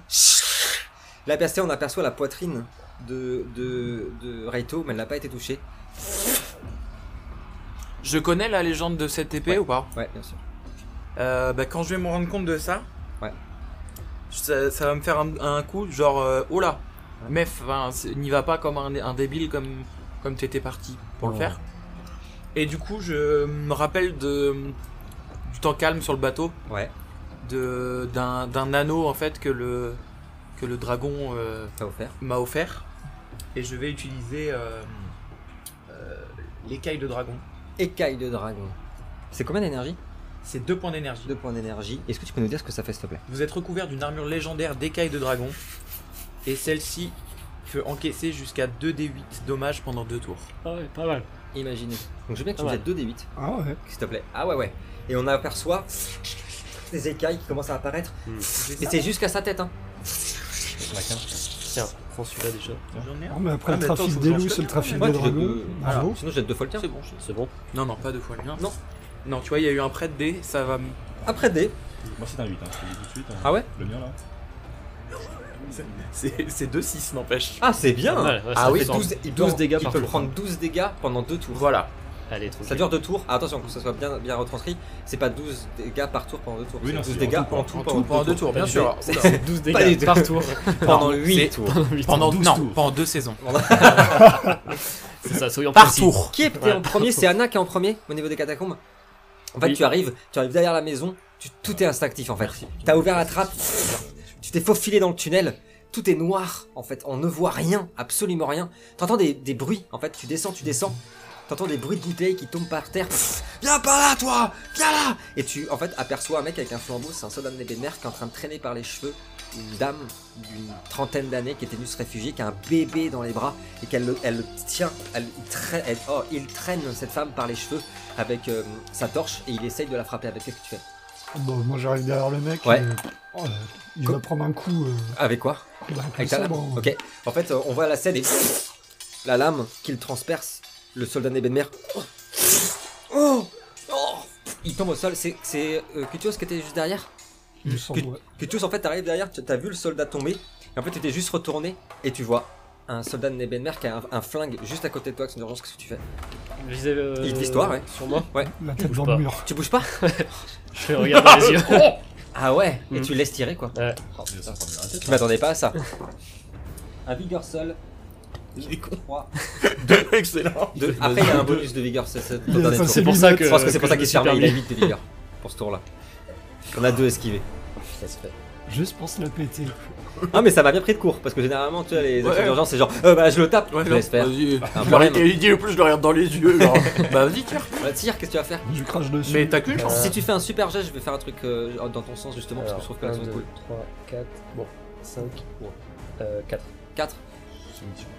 Speaker 1: La percée, on aperçoit la poitrine de, de, de Raito, mais elle n'a pas été touchée.
Speaker 2: Je connais la légende de cette épée
Speaker 1: Ouais.
Speaker 2: ou pas
Speaker 1: Ouais, bien sûr.
Speaker 2: Euh, bah, quand je vais me rendre compte de ça,
Speaker 1: Ouais.
Speaker 2: ça, ça va me faire un, un coup genre euh, oh là, meuf, enfin, c'est- n'y va pas comme un, un débile comme comme t'étais parti pour le
Speaker 1: Ouais.
Speaker 2: faire. Et du coup, je me rappelle de du temps calme sur le bateau,
Speaker 1: Ouais,
Speaker 2: de d'un d'un anneau en fait que le que le dragon euh,
Speaker 1: t'as offert.
Speaker 2: m'a offert, et je vais utiliser euh, euh, l'écaille de dragon.
Speaker 1: Écaille de dragon. C'est combien d'énergie
Speaker 2: C'est deux points d'énergie.
Speaker 1: 2 points d'énergie. Est-ce que tu peux nous dire ce que ça fait, s'il te plaît
Speaker 2: Vous êtes recouvert d'une armure légendaire d'écailles de dragon, et celle-ci peut encaisser jusqu'à 2d8 dommages pendant deux tours.
Speaker 3: Ah ouais, pas mal.
Speaker 1: Imaginez. Donc je veux bien que tu
Speaker 3: Ah
Speaker 1: me
Speaker 3: ouais.
Speaker 1: jettes 2 d 8,
Speaker 6: Ah ouais.
Speaker 1: s'il te plaît. Ah ouais, ouais. Et on aperçoit des écailles qui commencent à apparaître.
Speaker 3: Hmm.
Speaker 1: Et c'est jusqu'à sa tête, hein.
Speaker 3: Tiens, prends celui-là déjà.
Speaker 2: J'en ai un.
Speaker 6: Non, mais après
Speaker 2: Ah,
Speaker 6: le
Speaker 2: mais attends,
Speaker 6: trafic
Speaker 2: faut que
Speaker 6: des
Speaker 2: j'en
Speaker 6: loups,
Speaker 2: jette
Speaker 6: c'est le
Speaker 2: un.
Speaker 6: trafic
Speaker 2: Moi,
Speaker 6: des
Speaker 1: je jette
Speaker 6: dragons.
Speaker 1: deux-
Speaker 6: Bravo.
Speaker 1: Sinon, je jette 2 folter.
Speaker 2: C'est bon, je-
Speaker 3: C'est bon.
Speaker 2: Non, non, pas deux fois le lien.
Speaker 1: Non.
Speaker 2: Non, tu vois, il y a eu un prêt de dés, ça va. me- [LAUGHS]
Speaker 1: Après D.
Speaker 5: Moi c'est un 8, hein, je te le dis tout de suite. hein.
Speaker 1: Ah ouais
Speaker 5: Le
Speaker 1: [LAUGHS]
Speaker 5: mien là.
Speaker 2: C'est c'est 2-6, n'empêche.
Speaker 1: Ah, c'est bien
Speaker 3: Pas mal, ouais,
Speaker 2: Ah
Speaker 3: ça
Speaker 2: oui,
Speaker 1: Il
Speaker 3: fait
Speaker 1: fait
Speaker 3: sens.
Speaker 1: 12, il
Speaker 3: 12
Speaker 1: peut-
Speaker 3: dégâts
Speaker 1: il
Speaker 3: par
Speaker 1: peut
Speaker 3: tour.
Speaker 1: prendre 12 dégâts pendant 2 tours.
Speaker 2: Voilà.
Speaker 3: Allez,
Speaker 1: Ça
Speaker 3: tranquille.
Speaker 1: dure 2 tours. Ah, attention, que ça soit bien, bien retranscrit. C'est pas 12 dégâts par tour pendant 2 tours.
Speaker 5: Oui, non,
Speaker 1: c'est 12
Speaker 5: c'est
Speaker 1: dégâts
Speaker 5: en tout,
Speaker 1: en tout
Speaker 2: Pendant,
Speaker 1: pendant 2
Speaker 2: deux
Speaker 1: tours.
Speaker 2: tours, bien
Speaker 3: Pas
Speaker 2: sûr.
Speaker 1: du-
Speaker 2: Oula.
Speaker 1: c'est-
Speaker 3: 12
Speaker 1: Pas du
Speaker 3: dégâts
Speaker 1: tout. [LAUGHS]
Speaker 3: par tour.
Speaker 1: Pendant 8
Speaker 2: c'est-
Speaker 1: tours.
Speaker 2: [LAUGHS] Pendant,
Speaker 5: 12
Speaker 2: non,
Speaker 5: tours.
Speaker 2: pendant deux saisons.
Speaker 3: C'est ça, soyons
Speaker 2: Par
Speaker 3: précis.
Speaker 2: tour.
Speaker 1: Qui est t'es
Speaker 3: Ouais.
Speaker 1: en premier C'est Anna qui est en premier au niveau des catacombes. En fait,
Speaker 3: Oui.
Speaker 1: tu arrives, tu arrives derrière la maison, tu- tout est instinctif en fait. T'as ouvert la trappe, tu t'es faufilé dans le tunnel, tout est noir en fait, on ne voit rien, absolument rien. T'entends des, des bruits en fait, tu descends, tu descends, t'entends des bruits de bouteilles qui tombent par terre. Viens par là toi, viens là Et tu en fait aperçois un mec avec un flambeau, c'est un soldat de l'épée de mer qui est en train de traîner par les cheveux une dame d'une trentaine d'années qui était venue se réfugier, qui a un bébé dans les bras et qu'elle le, elle le tient, elle, il traîne, elle- oh, il traîne cette femme par les cheveux avec euh, sa torche et il essaye de la frapper avec. Qu'est-ce que tu fais
Speaker 6: Bon, moi j'arrive derrière le mec.
Speaker 1: Ouais.
Speaker 6: et, oh, euh, il va prendre un coup. euh,
Speaker 1: Avec quoi
Speaker 6: bah, comme
Speaker 1: Avec ta
Speaker 6: ça,
Speaker 1: lame.
Speaker 6: bon,
Speaker 1: Ok. En fait, euh, on voit la scène et la lame qu'il transperce. Le soldat des de mer. Oh Oh Il tombe au sol. C'est c'est, euh, Kutios qui était juste derrière
Speaker 6: il me semble, ouais.
Speaker 1: Kutios, en fait, t'arrives derrière, tu- t'as vu le soldat tomber. Et en fait, tu t'es juste retourné et tu vois un soldat de Nebenmer qui a un, un flingue juste à côté de toi. C'est une urgence. Qu'est-ce que tu fais
Speaker 3: Visez, euh,
Speaker 1: Il te vise toi, ouais. [LAUGHS]
Speaker 3: Sur moi.
Speaker 6: La tête
Speaker 3: Bouge
Speaker 6: dans
Speaker 3: pas.
Speaker 6: le mur.
Speaker 1: Tu bouges pas
Speaker 3: Je vais
Speaker 1: [LAUGHS]
Speaker 3: regarder les yeux.
Speaker 1: Ah ouais Et
Speaker 3: Mm.
Speaker 1: tu le laisses tirer quoi.
Speaker 3: Ouais.
Speaker 1: Oh, putain.
Speaker 5: Ça, ça me reste.
Speaker 1: Tu m'attendais pas à ça. Un vigueur seul.
Speaker 2: Excellent.
Speaker 1: Deux. Après, il y a un bonus de vigueur. C'est c'est ton
Speaker 6: Il est
Speaker 1: dernier tour.
Speaker 3: C'est
Speaker 6: facile.
Speaker 3: pour ça que.
Speaker 1: Je pense que c'est pour ça
Speaker 3: je
Speaker 1: qu'il
Speaker 3: me
Speaker 1: se
Speaker 3: suis
Speaker 1: fermait. Il a
Speaker 3: permis.
Speaker 1: 8 de vigueur pour ce tour-là. On a deux esquivés.
Speaker 3: Ça se fait.
Speaker 6: Juste pour se le péter.
Speaker 1: Ah, mais ça m'a bien pris de court parce que généralement, tu vois, les
Speaker 2: Ouais,
Speaker 1: actions
Speaker 2: ouais.
Speaker 1: d'urgence, c'est genre, euh, bah, je le tape,
Speaker 2: Ouais,
Speaker 1: je
Speaker 2: non,
Speaker 1: l'espère.
Speaker 2: vas-y.
Speaker 1: Un
Speaker 2: Je leur ai-
Speaker 1: problème.
Speaker 2: Il dit le plus, je le regarde dans les yeux. genre, [LAUGHS] bah vas-y, tire.
Speaker 1: Bah, tire, qu'est-ce que tu vas faire
Speaker 6: Je crache dessus.
Speaker 2: Mais t'as qu'une chance.
Speaker 1: Si tu fais un super jet, je vais faire un truc euh, dans ton sens justement parce que je trouve que
Speaker 3: Ah,
Speaker 1: l'action est cool.
Speaker 3: 3, 4, bon, 5, bon, euh, 4.
Speaker 1: 4.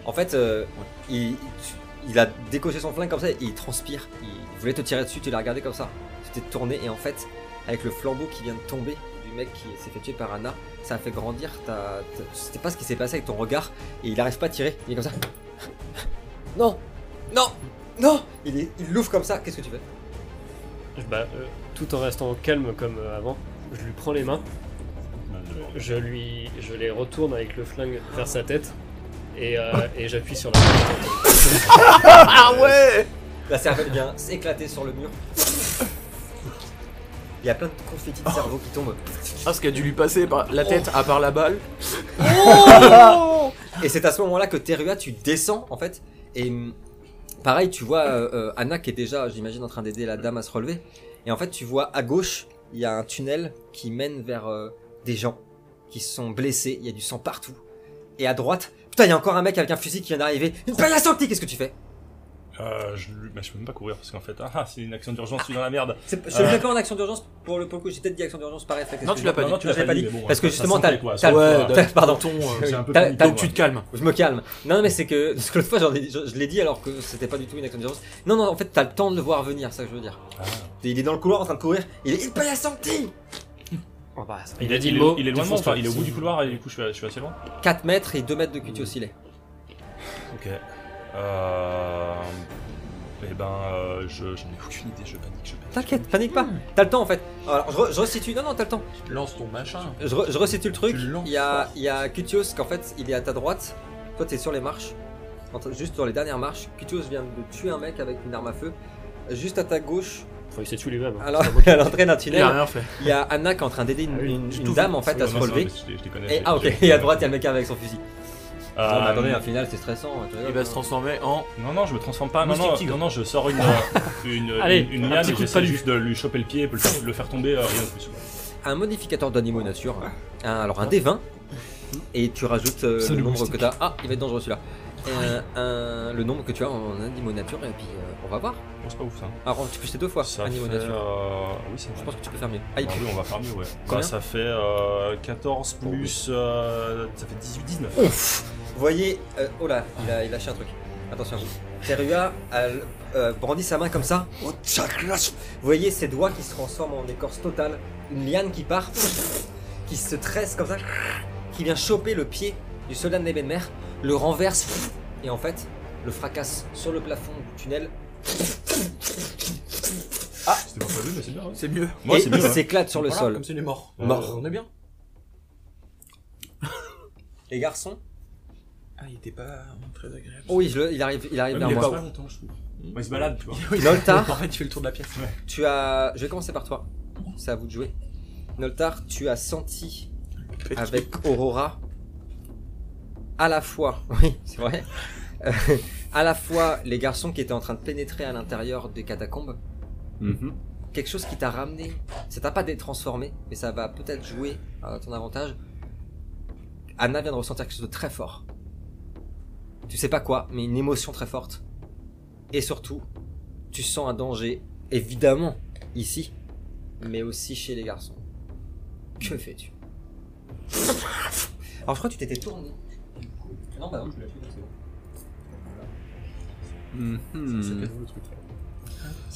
Speaker 1: En fait, euh, il, tu- il a décoché son flingue comme ça et il transpire. Il voulait te tirer dessus, tu l'as regardé comme ça. Tu t'es tourné et en fait, avec le flambeau qui vient de tomber du mec qui s'est fait tuer par Anna, ça a fait grandir ta. ta- C'était pas ce qui s'est passé avec ton regard et il arrive pas à tirer. Il est comme ça. [LAUGHS] Non Non Non Il est- il l'ouvre comme ça, qu'est-ce que tu fais
Speaker 3: Bah, euh, tout en restant calme comme euh, avant, je lui prends les mains, je lui, je les retourne avec le flingue vers sa tête et, euh, et j'appuie sur la.
Speaker 2: Ah ouais
Speaker 1: La cervelle vient s'éclater sur le mur. Il y a plein de confettis de cerveau qui tombent.
Speaker 2: Ah, ce qui a dû lui passer par la tête, à part la balle.
Speaker 1: Et c'est à ce moment-là que Terua, tu descends en fait. Et hum, pareil, tu vois euh, euh, Anna qui est déjà, j'imagine, en train d'aider la dame à se relever. Et en fait, tu vois à gauche, il y a un tunnel qui mène vers euh, des gens qui sont blessés. Il y a du sang partout. Et à droite, putain, il y a encore un mec avec un fusil qui vient d'arriver. Une paille à santé, qu'est-ce que tu fais
Speaker 5: Euh, je, lui- bah, je peux même pas courir parce qu'en fait, ah, ah, c'est une action d'urgence, je suis dans la merde.
Speaker 1: C'est- Je
Speaker 5: Euh.
Speaker 1: le mets pas en action d'urgence pour le, pour le coup. J'ai peut-être dit action d'urgence par réflexe.
Speaker 2: Non, tu l'as pas dit.
Speaker 5: Non, tu l'as
Speaker 1: Je l'ai pas dit.
Speaker 5: mais bon,
Speaker 1: Parce que
Speaker 5: ça- ça
Speaker 1: justement,
Speaker 5: sentait,
Speaker 1: t'as-
Speaker 5: quoi,
Speaker 1: t'as-
Speaker 5: ça-
Speaker 1: Ouais,
Speaker 5: voilà.
Speaker 1: t'as- pardon.
Speaker 2: Ton, euh,
Speaker 5: J'ai un peu
Speaker 1: T'as-
Speaker 5: paniqué,
Speaker 1: t'as-
Speaker 5: moi.
Speaker 2: tu te calmes.
Speaker 1: Je me calme. Non, non, mais c'est que, [LAUGHS] parce que l'autre fois, j'en ai- je, je l'ai dit alors que c'était pas du tout une action d'urgence. Non, non, en fait, t'as le temps de le voir venir, c'est ça que je veux dire.
Speaker 5: Ah.
Speaker 1: Il est dans le couloir en train de courir, il est pas la santé
Speaker 5: Il, est- il est- il est loin de moi, enfin, il est au bout du couloir et du coup, je suis, je suis assez loin.
Speaker 1: 4 mètres et 2 mètres de QT au silet.
Speaker 5: Ok. Euh. Eh ben, euh, je, je n'ai aucune idée, je panique, je panique.
Speaker 1: T'inquiète, panique pas, t'as le temps en fait. Alors, je, re- je resitue, non, non, t'as le temps.
Speaker 2: Lance ton machin.
Speaker 1: Je, re- je resitue le truc,
Speaker 2: Tu le lances
Speaker 1: il y a, il y a Cutios qu'en fait, il est à ta droite, toi t'es sur les marches, en train- juste dans les dernières marches. Cutios vient de tuer un mec avec une arme à feu. Juste à ta gauche,
Speaker 3: Enfin, il s'est tué lui-même. hein.
Speaker 1: alors, [LAUGHS] à l'entrée d'un
Speaker 2: Il a
Speaker 1: tunnel,
Speaker 2: rien fait.
Speaker 1: il y a Anna qui est en train d'aider une,
Speaker 3: Ah oui,
Speaker 1: une-
Speaker 2: j'ai
Speaker 1: une
Speaker 2: tout
Speaker 1: dame
Speaker 2: vu.
Speaker 1: en fait à
Speaker 5: Oui,
Speaker 1: se
Speaker 5: non, ça va,
Speaker 1: relever.
Speaker 5: mais Je, les- je les connais,
Speaker 1: Et,
Speaker 5: je-
Speaker 1: ah ok,
Speaker 5: je-
Speaker 1: et à droite il y a le bah, mec avec son fusil.
Speaker 5: Euh,
Speaker 1: Non, mais attendez, un final c'est stressant. tu
Speaker 2: Il
Speaker 1: rigoles,
Speaker 2: va se
Speaker 1: hein.
Speaker 2: transformer en.
Speaker 5: Non, non, je me transforme pas. Non,
Speaker 2: Moustique
Speaker 5: non,
Speaker 2: tigre.
Speaker 5: non, non, je sors
Speaker 1: [LAUGHS]
Speaker 5: une, euh, une, une,
Speaker 3: Allez,
Speaker 5: une
Speaker 3: un
Speaker 5: liane
Speaker 3: petit
Speaker 5: et
Speaker 3: coup de
Speaker 5: j'essaie
Speaker 3: palu.
Speaker 5: juste de lui choper le pied, et le faire, le faire tomber, euh, rien de plus.
Speaker 1: un modificateur d'animaux nature. Un- alors un D20. Et tu rajoutes euh,
Speaker 6: C'est
Speaker 1: le
Speaker 6: le
Speaker 1: nombre
Speaker 6: moustique.
Speaker 1: que tu as. Ah, il va être dangereux celui-là. Euh, un- le nombre que tu as en animaux nature. Et puis euh, on va voir.
Speaker 5: Bon, c'est pas ouf ça.
Speaker 1: Alors tu peux jeter deux fois
Speaker 5: Ça
Speaker 1: animaux
Speaker 5: fait,
Speaker 1: nature.
Speaker 5: euh, Oui, c'est
Speaker 1: Je
Speaker 5: vrai.
Speaker 1: pense que tu peux faire mieux. Ah, il-
Speaker 5: Ah oui, on va faire mieux, ouais.
Speaker 1: Combien
Speaker 5: Bah, ça fait euh, 14 plus. euh, ça fait 18, 19.
Speaker 1: Vous voyez, euh, oh là, il a, il a lâché un truc. Attention. Terua a, euh, brandit sa main comme ça. Oh, chakras. Vous voyez ses doigts qui se transforment en écorce totale, une liane qui part, qui se tresse comme ça, qui vient choper le pied du soldat de Nebenmer, le renverse et en fait le fracasse sur le plafond du tunnel.
Speaker 5: C'était pas prévu, mais c'est bien. ouais.
Speaker 2: C'est mieux.
Speaker 5: Moi,
Speaker 1: et
Speaker 5: c'est
Speaker 1: il
Speaker 5: mieux. hein. ouais.
Speaker 1: s'éclate sur le
Speaker 2: Voilà,
Speaker 1: sol. Euh,
Speaker 2: Comme s'il est mort.
Speaker 1: Mort.
Speaker 2: On est [LAUGHS] bien.
Speaker 1: Les garçons
Speaker 2: Ah, il était pas très agréable.
Speaker 1: Oh oui, je le- il arrive, il arrive
Speaker 5: Ouais, mais
Speaker 1: vers
Speaker 5: il est
Speaker 1: moi.
Speaker 5: pas longtemps, je trouve. Ouais, il se balade, tu vois.
Speaker 1: Noltar, [LAUGHS]
Speaker 2: En fait, tu fais le tour de la pièce.
Speaker 1: Tu as. Je vais commencer par toi. C'est à vous de jouer. Noltar, tu as senti avec Aurora à la fois. [LAUGHS] Oui, c'est vrai. euh, à la fois les garçons qui étaient en train de pénétrer à l'intérieur des catacombes.
Speaker 4: Mhm.
Speaker 1: Quelque chose qui t'a ramené. Ça t'a pas détransformé, mais ça va peut-être jouer à ton avantage. Anna vient de ressentir quelque chose de très fort. Tu sais pas quoi, mais une émotion très forte. Et surtout, tu sens un danger, évidemment, ici, mais aussi chez les garçons. Que fais-tu Alors je crois que tu t'étais tourné. Non, bah non.
Speaker 4: Mhm.
Speaker 5: C'est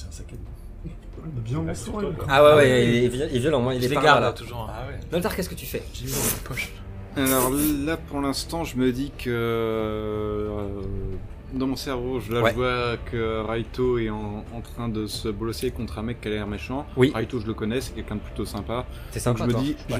Speaker 5: un sac à dos.
Speaker 6: Il est bien
Speaker 5: Ah,
Speaker 6: mon
Speaker 5: c'est
Speaker 6: soin,
Speaker 5: toi,
Speaker 6: lui.
Speaker 5: quoi.
Speaker 1: Ah ouais, ouais, il est, viol- il est violent, moi, il
Speaker 2: Je
Speaker 1: est
Speaker 2: les
Speaker 1: par
Speaker 2: garde
Speaker 1: là.
Speaker 2: là, toujours. Ah ouais.
Speaker 1: Noltar, qu'est-ce que tu fais
Speaker 2: J'ai mis dans ma poche.
Speaker 4: Alors là, pour l'instant, je me dis que euh, dans mon cerveau, je, là,
Speaker 1: Ouais.
Speaker 4: je vois que Raito est en, en train de se blosser contre un mec qui a l'air méchant.
Speaker 1: Oui. Ah,
Speaker 4: Raito, je le connais, c'est quelqu'un de plutôt sympa.
Speaker 1: C'est
Speaker 4: Donc je me
Speaker 1: toi.
Speaker 4: dis, je,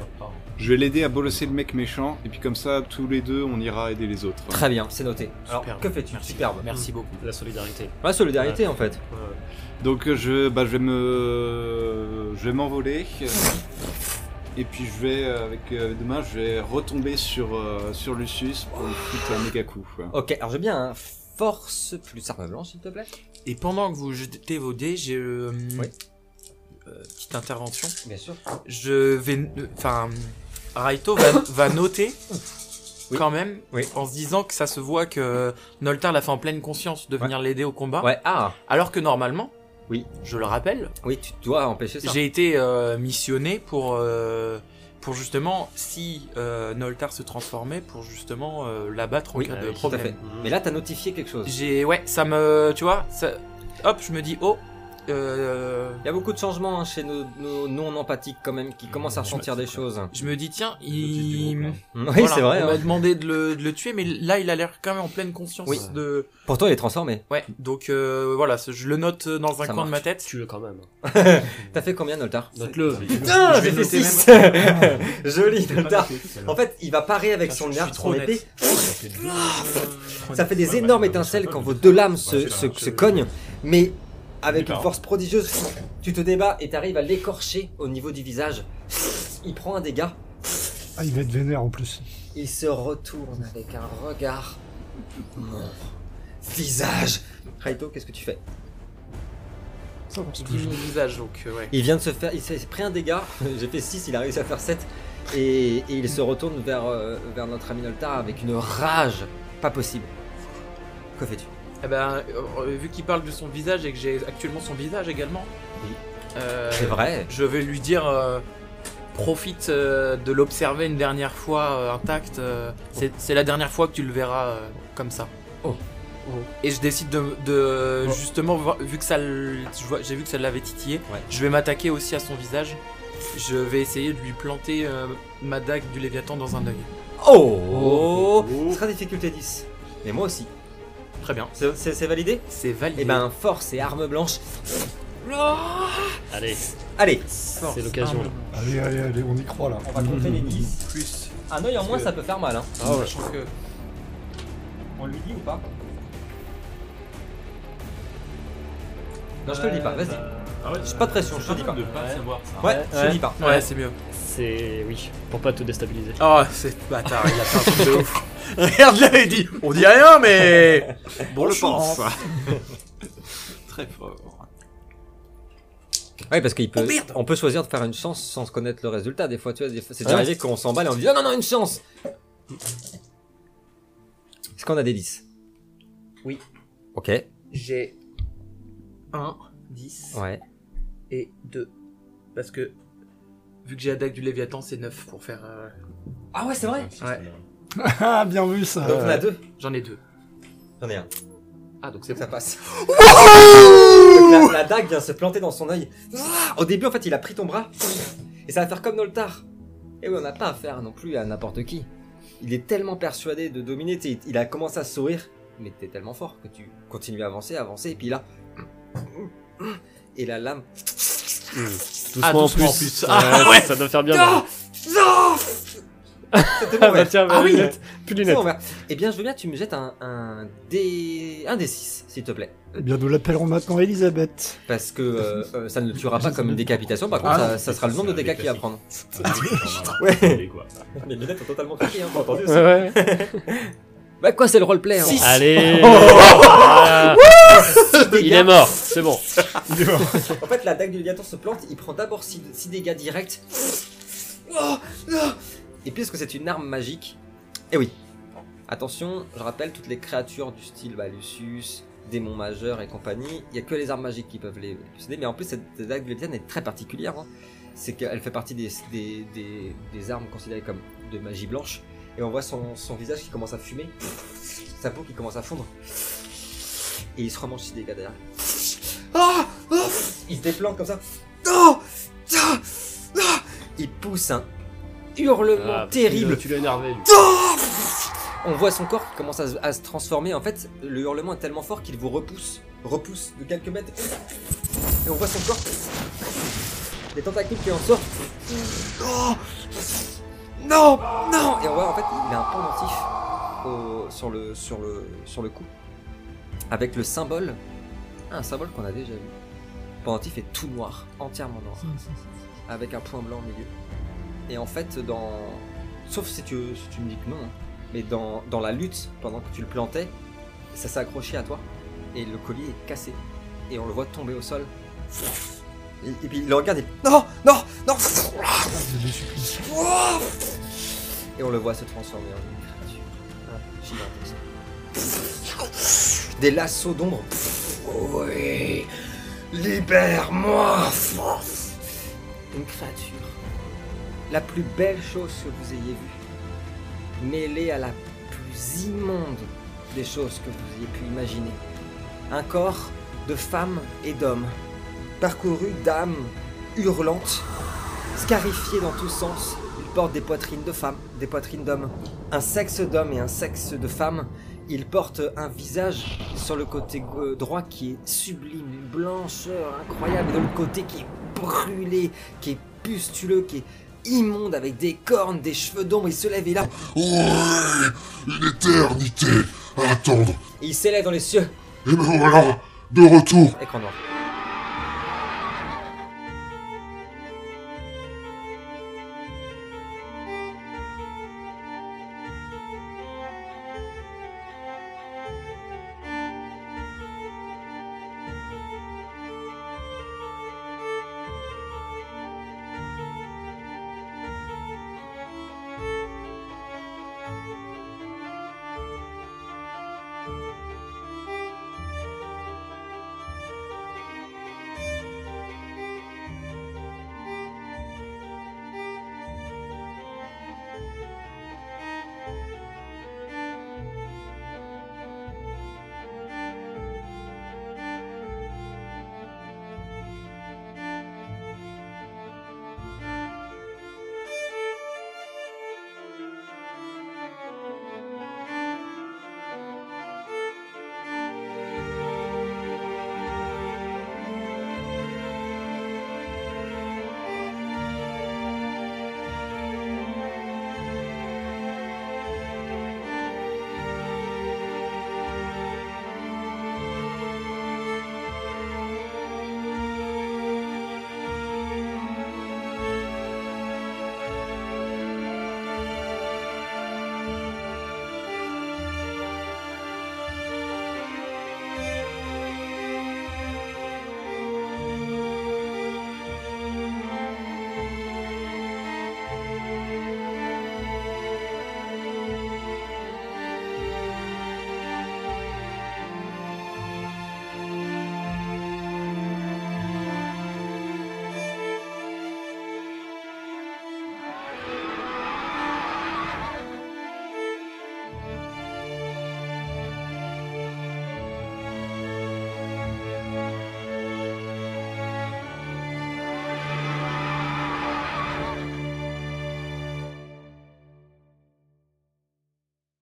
Speaker 4: je vais l'aider à bolosser le mec méchant, et puis comme ça, tous les deux, on ira aider les autres.
Speaker 1: Très bien, c'est noté. Alors,
Speaker 2: Superbe.
Speaker 1: que fais-tu
Speaker 2: Merci.
Speaker 1: Superbe.
Speaker 2: Merci beaucoup.
Speaker 3: La solidarité.
Speaker 1: La solidarité, en fait.
Speaker 3: Ouais.
Speaker 4: Donc euh, je, bah, je vais me, je vais m'envoler. euh, Et puis je vais euh, avec euh, demain, je vais retomber sur euh, sur Lucius pour lui foutre un méga coup. quoi.
Speaker 1: Ok, alors j'ai bien un force plus arme blanche, s'il te plaît.
Speaker 2: Et pendant que vous jetez vos dés, j'ai. euh,
Speaker 1: Oui.
Speaker 2: euh, petite intervention.
Speaker 1: Bien sûr.
Speaker 2: Je vais. Enfin, Raito va, [COUGHS] va noter
Speaker 1: Oui.
Speaker 2: quand même
Speaker 1: Oui.
Speaker 2: en se disant que ça se voit que Noltar l'a fait en pleine conscience de venir l'aider au combat.
Speaker 1: Ouais, ah,
Speaker 2: Alors que normalement,
Speaker 1: Oui.
Speaker 2: je le rappelle,
Speaker 1: oui, tu dois empêcher ça.
Speaker 2: j'ai été euh, missionné pour, euh, pour justement, si euh, Noltar se transformait, pour justement euh, l'abattre en
Speaker 1: Oui,
Speaker 2: cas
Speaker 3: oui,
Speaker 2: de
Speaker 3: tout à
Speaker 1: Tout à
Speaker 2: problème.
Speaker 1: fait.
Speaker 3: Mhm.
Speaker 1: Mais là, t'as notifié quelque chose.
Speaker 2: J'ai. Ouais, ça me. Tu vois, ça, hop, je me dis, oh. euh,
Speaker 1: Il y a beaucoup de changements hein, chez nos, nos non-empathiques, quand même, qui commencent à ressentir des choses.
Speaker 2: je me dis, tiens,
Speaker 5: petits du
Speaker 2: il.
Speaker 5: groupe,
Speaker 1: [LAUGHS] Oui,
Speaker 2: Voilà,
Speaker 5: là.
Speaker 2: Eh ben,
Speaker 1: c'est vrai.
Speaker 2: On m'a
Speaker 1: hein.
Speaker 2: demandé de le, de le tuer, mais là, il a l'air quand même en pleine conscience
Speaker 1: Oui.
Speaker 2: de.
Speaker 1: Pourtant, hein. il est transformé.
Speaker 2: Ouais, donc euh, voilà, ce- je le note euh, dans un
Speaker 1: Ça
Speaker 2: coin de ma tête.
Speaker 3: Tue-le quand même. hein.
Speaker 1: T'as fait combien, Noltar
Speaker 3: Note-le.
Speaker 1: Putain,
Speaker 2: j'ai
Speaker 1: j'ai fait
Speaker 2: noté
Speaker 1: 6 [LAUGHS] Joli, Noltar En fait, il va parer avec son
Speaker 2: je suis
Speaker 1: arc,
Speaker 2: trop
Speaker 1: son épée.
Speaker 2: honnête.
Speaker 1: Ça fait des
Speaker 5: Ouais,
Speaker 1: énormes
Speaker 5: bah,
Speaker 1: étincelles
Speaker 5: je-
Speaker 1: quand vos deux lames se,
Speaker 5: Ouais,
Speaker 1: se,
Speaker 5: je-
Speaker 1: se cognent, mais avec
Speaker 5: Bah,
Speaker 1: une
Speaker 5: hein.
Speaker 1: force prodigieuse, tu te débats et t'arrives à l'écorcher au niveau du visage. Il prend un dégât,
Speaker 6: Ah, il va être vénère en plus.
Speaker 1: il se retourne avec un regard. mort. Visage Raito, qu'est-ce que tu fais
Speaker 6: Ça va, c'est
Speaker 2: Il dit
Speaker 6: toujours-
Speaker 2: mon visage, donc euh, ouais.
Speaker 1: Il vient de se faire. Il s'est pris un dégât, [LAUGHS] j'ai fait 6, il a réussi à faire 7, et, et il se retourne vers, euh, vers notre ami Noltar avec une rage pas possible. Que fais-tu
Speaker 2: Eh ben, euh, vu qu'il parle de son visage et que j'ai actuellement son visage également.
Speaker 1: Oui.
Speaker 2: euh,
Speaker 1: C'est vrai
Speaker 2: Je vais lui dire. euh, profite euh, de l'observer une dernière fois euh, intact. euh, c'est c'est la dernière fois que tu le verras euh, comme ça.
Speaker 1: Oh.
Speaker 3: Oh.
Speaker 2: Et je décide de, de-
Speaker 1: Oh.
Speaker 2: justement voir- vu que ça, l- je vois- j'ai vu que ça l'avait titillé.
Speaker 1: Ouais.
Speaker 2: Je vais m'attaquer aussi à son visage. Je vais essayer de lui planter euh, ma dague du Léviathan dans un œil.
Speaker 1: Oh, Ce sera difficulté 10. Mais moi aussi.
Speaker 2: Très bien,
Speaker 1: C'est- C'est c'est validé
Speaker 2: c'est validé. Oh,
Speaker 1: Eh ben, force et arme blanche.
Speaker 3: Allez,
Speaker 1: Allez,
Speaker 2: Force,
Speaker 3: l'occasion.
Speaker 2: arme,
Speaker 6: Allez, allez, allez, on y croit là.
Speaker 1: on va compter les 10.
Speaker 2: Plus.
Speaker 1: Un œil en moins, ça peut faire mal. Hein.
Speaker 2: Sachant que
Speaker 1: On lui dit ou pas Non, je te le dis pas, vas-y.
Speaker 5: Ah ouais,
Speaker 1: J'ai pas de pression, je te
Speaker 5: c'est
Speaker 1: dis
Speaker 5: pas
Speaker 1: pas.
Speaker 5: mal de pas savoir ça.
Speaker 1: Ouais, je te
Speaker 3: Ouais.
Speaker 1: dis pas.
Speaker 2: Ouais, c'est mieux.
Speaker 3: c'est. Oui, pour pas te déstabiliser.
Speaker 2: Oh, c'est bâtard, il a fait un
Speaker 1: [LAUGHS]
Speaker 2: truc de ouf. Regarde, là, il dit On dit rien, mais.
Speaker 4: Bon, je pense. Très fort.
Speaker 1: Ouais, parce qu'on peut,
Speaker 2: Oh, merde
Speaker 1: on peut choisir de faire une chance sans connaître le résultat. Des fois, tu vois, des fois- c'est
Speaker 3: Ouais.
Speaker 1: déjà arrivé qu'on s'emballe et on dit oh non, non, non, une chance Est-ce qu'on a des 10
Speaker 2: Oui.
Speaker 1: Ok,
Speaker 2: J'ai 1, 10
Speaker 1: ouais.
Speaker 2: et 2. Parce que, vu que j'ai la dague du Léviathan, c'est 9 pour faire. euh,
Speaker 1: Ah ouais, c'est vrai
Speaker 2: Ouais.
Speaker 6: Ah, bien vu ça.
Speaker 1: Donc on a deux
Speaker 2: J'en ai 2.
Speaker 1: J'en ai un.
Speaker 2: Ah, donc
Speaker 1: Ça passe. Donc la, la dague vient se planter dans son œil. Au début, en fait, il a pris ton bras. Et ça va faire comme Noltar. Et oui, on n'a pas affaire non plus à n'importe qui. Il est tellement persuadé de dominer. tu sais, Il a commencé à sourire. Mais t'es tellement fort que tu continues à avancer, à avancer. Et puis là. Et la lame.
Speaker 3: Doucement, en
Speaker 2: doucement
Speaker 3: plus.
Speaker 2: en plus. Ah,
Speaker 3: Ouais,
Speaker 2: ouais.
Speaker 3: Ça doit faire bien. bah.
Speaker 1: Non
Speaker 3: mal.
Speaker 1: Non C'était
Speaker 3: Ah
Speaker 1: mon
Speaker 3: bah
Speaker 1: verre.
Speaker 3: tiens, bah,
Speaker 1: Ah oui.
Speaker 3: lunettes. Plus
Speaker 1: C'était
Speaker 3: de lunettes.
Speaker 1: mon verre. Eh bien, je veux bien, que tu me jettes un, un D. Un D6, s'il te plaît.
Speaker 6: Eh bien, nous l'appellerons maintenant Elisabeth.
Speaker 1: Parce que euh, euh, ça ne le tuera pas comme une décapitation, par contre,
Speaker 5: Ah,
Speaker 1: ça, ça sera le nombre de
Speaker 5: c'est un
Speaker 1: dégâts qu'il va prendre.
Speaker 5: Ouais. quoi.
Speaker 1: [LAUGHS] Les lunettes ont totalement craqué, hein, entendu
Speaker 3: Ouais, ouais.
Speaker 1: Bah quoi, c'est le roleplay hein.
Speaker 3: Allez. Voilà. Il est mort, c'est bon.
Speaker 1: En fait, la dague du Léviathan se plante, il prend d'abord 6 dégâts directs. Oh, oh. Et puisque c'est une arme magique, eh oui. Attention, je rappelle, toutes les créatures du style bah, Lucius, démon majeur et compagnie, il n'y a que les armes magiques qui peuvent les posséder. Mais en plus, cette dague du Léviathan est très particulière. hein. C'est qu'elle fait partie des, des, des- des armes considérées comme de magie blanche. Et on voit son, son visage qui commence à fumer, sa peau qui commence à fondre. Et il se remange 6 dégâts derrière. Ah Oh il se déplante comme ça. Non Ah Ah Il pousse un hurlement
Speaker 3: Ah,
Speaker 1: terrible.
Speaker 3: Tu l'as énervé, lui.
Speaker 1: On voit son corps qui commence à, se- à se transformer. En fait, le hurlement est tellement fort qu'il vous repousse, repousse de quelques mètres. Et on voit son corps. Les tentacules qui en sortent. Non Non Non Et on voit en fait, il a un pendentif au- sur, le, sur, le, sur le cou. Avec le symbole. Ah, Un symbole qu'on a déjà vu. Le pendentif est tout noir, entièrement noir avec un point blanc au milieu. Et en fait, dans. Sauf si tu, si tu me dis que non, hein. mais dans, dans la lutte, pendant que tu le plantais, ça s'est accroché à toi, et le collier est cassé, et on le voit tomber au sol. Et, et puis il le regarde et. Non Non Non
Speaker 5: Ah,
Speaker 6: Je les supplie.
Speaker 1: Et on le voit se transformer en une créature Ah, gigantesque. Des lassos d'ombre. Oui Libère-moi Une créature. La plus belle chose que vous ayez vue. Mêlée à la plus immonde des choses que vous ayez pu imaginer. Un corps de femmes et d'hommes. Parcouru d'âmes hurlantes Scarifiés dans tous sens, ils portent des poitrines de femmes, des poitrines d'hommes. Un sexe d'homme et un sexe de femme. Ils portent un visage sur le côté euh, droit qui est sublime, une blancheur incroyable, et de l'autre côté qui est brûlé, qui est pustuleux, qui est immonde avec des cornes, des cheveux d'ombre. Il se lève et là,
Speaker 7: Ouais Une éternité à attendre
Speaker 1: il s'élève dans les cieux.
Speaker 7: Et me voilà de retour
Speaker 1: Écran noir.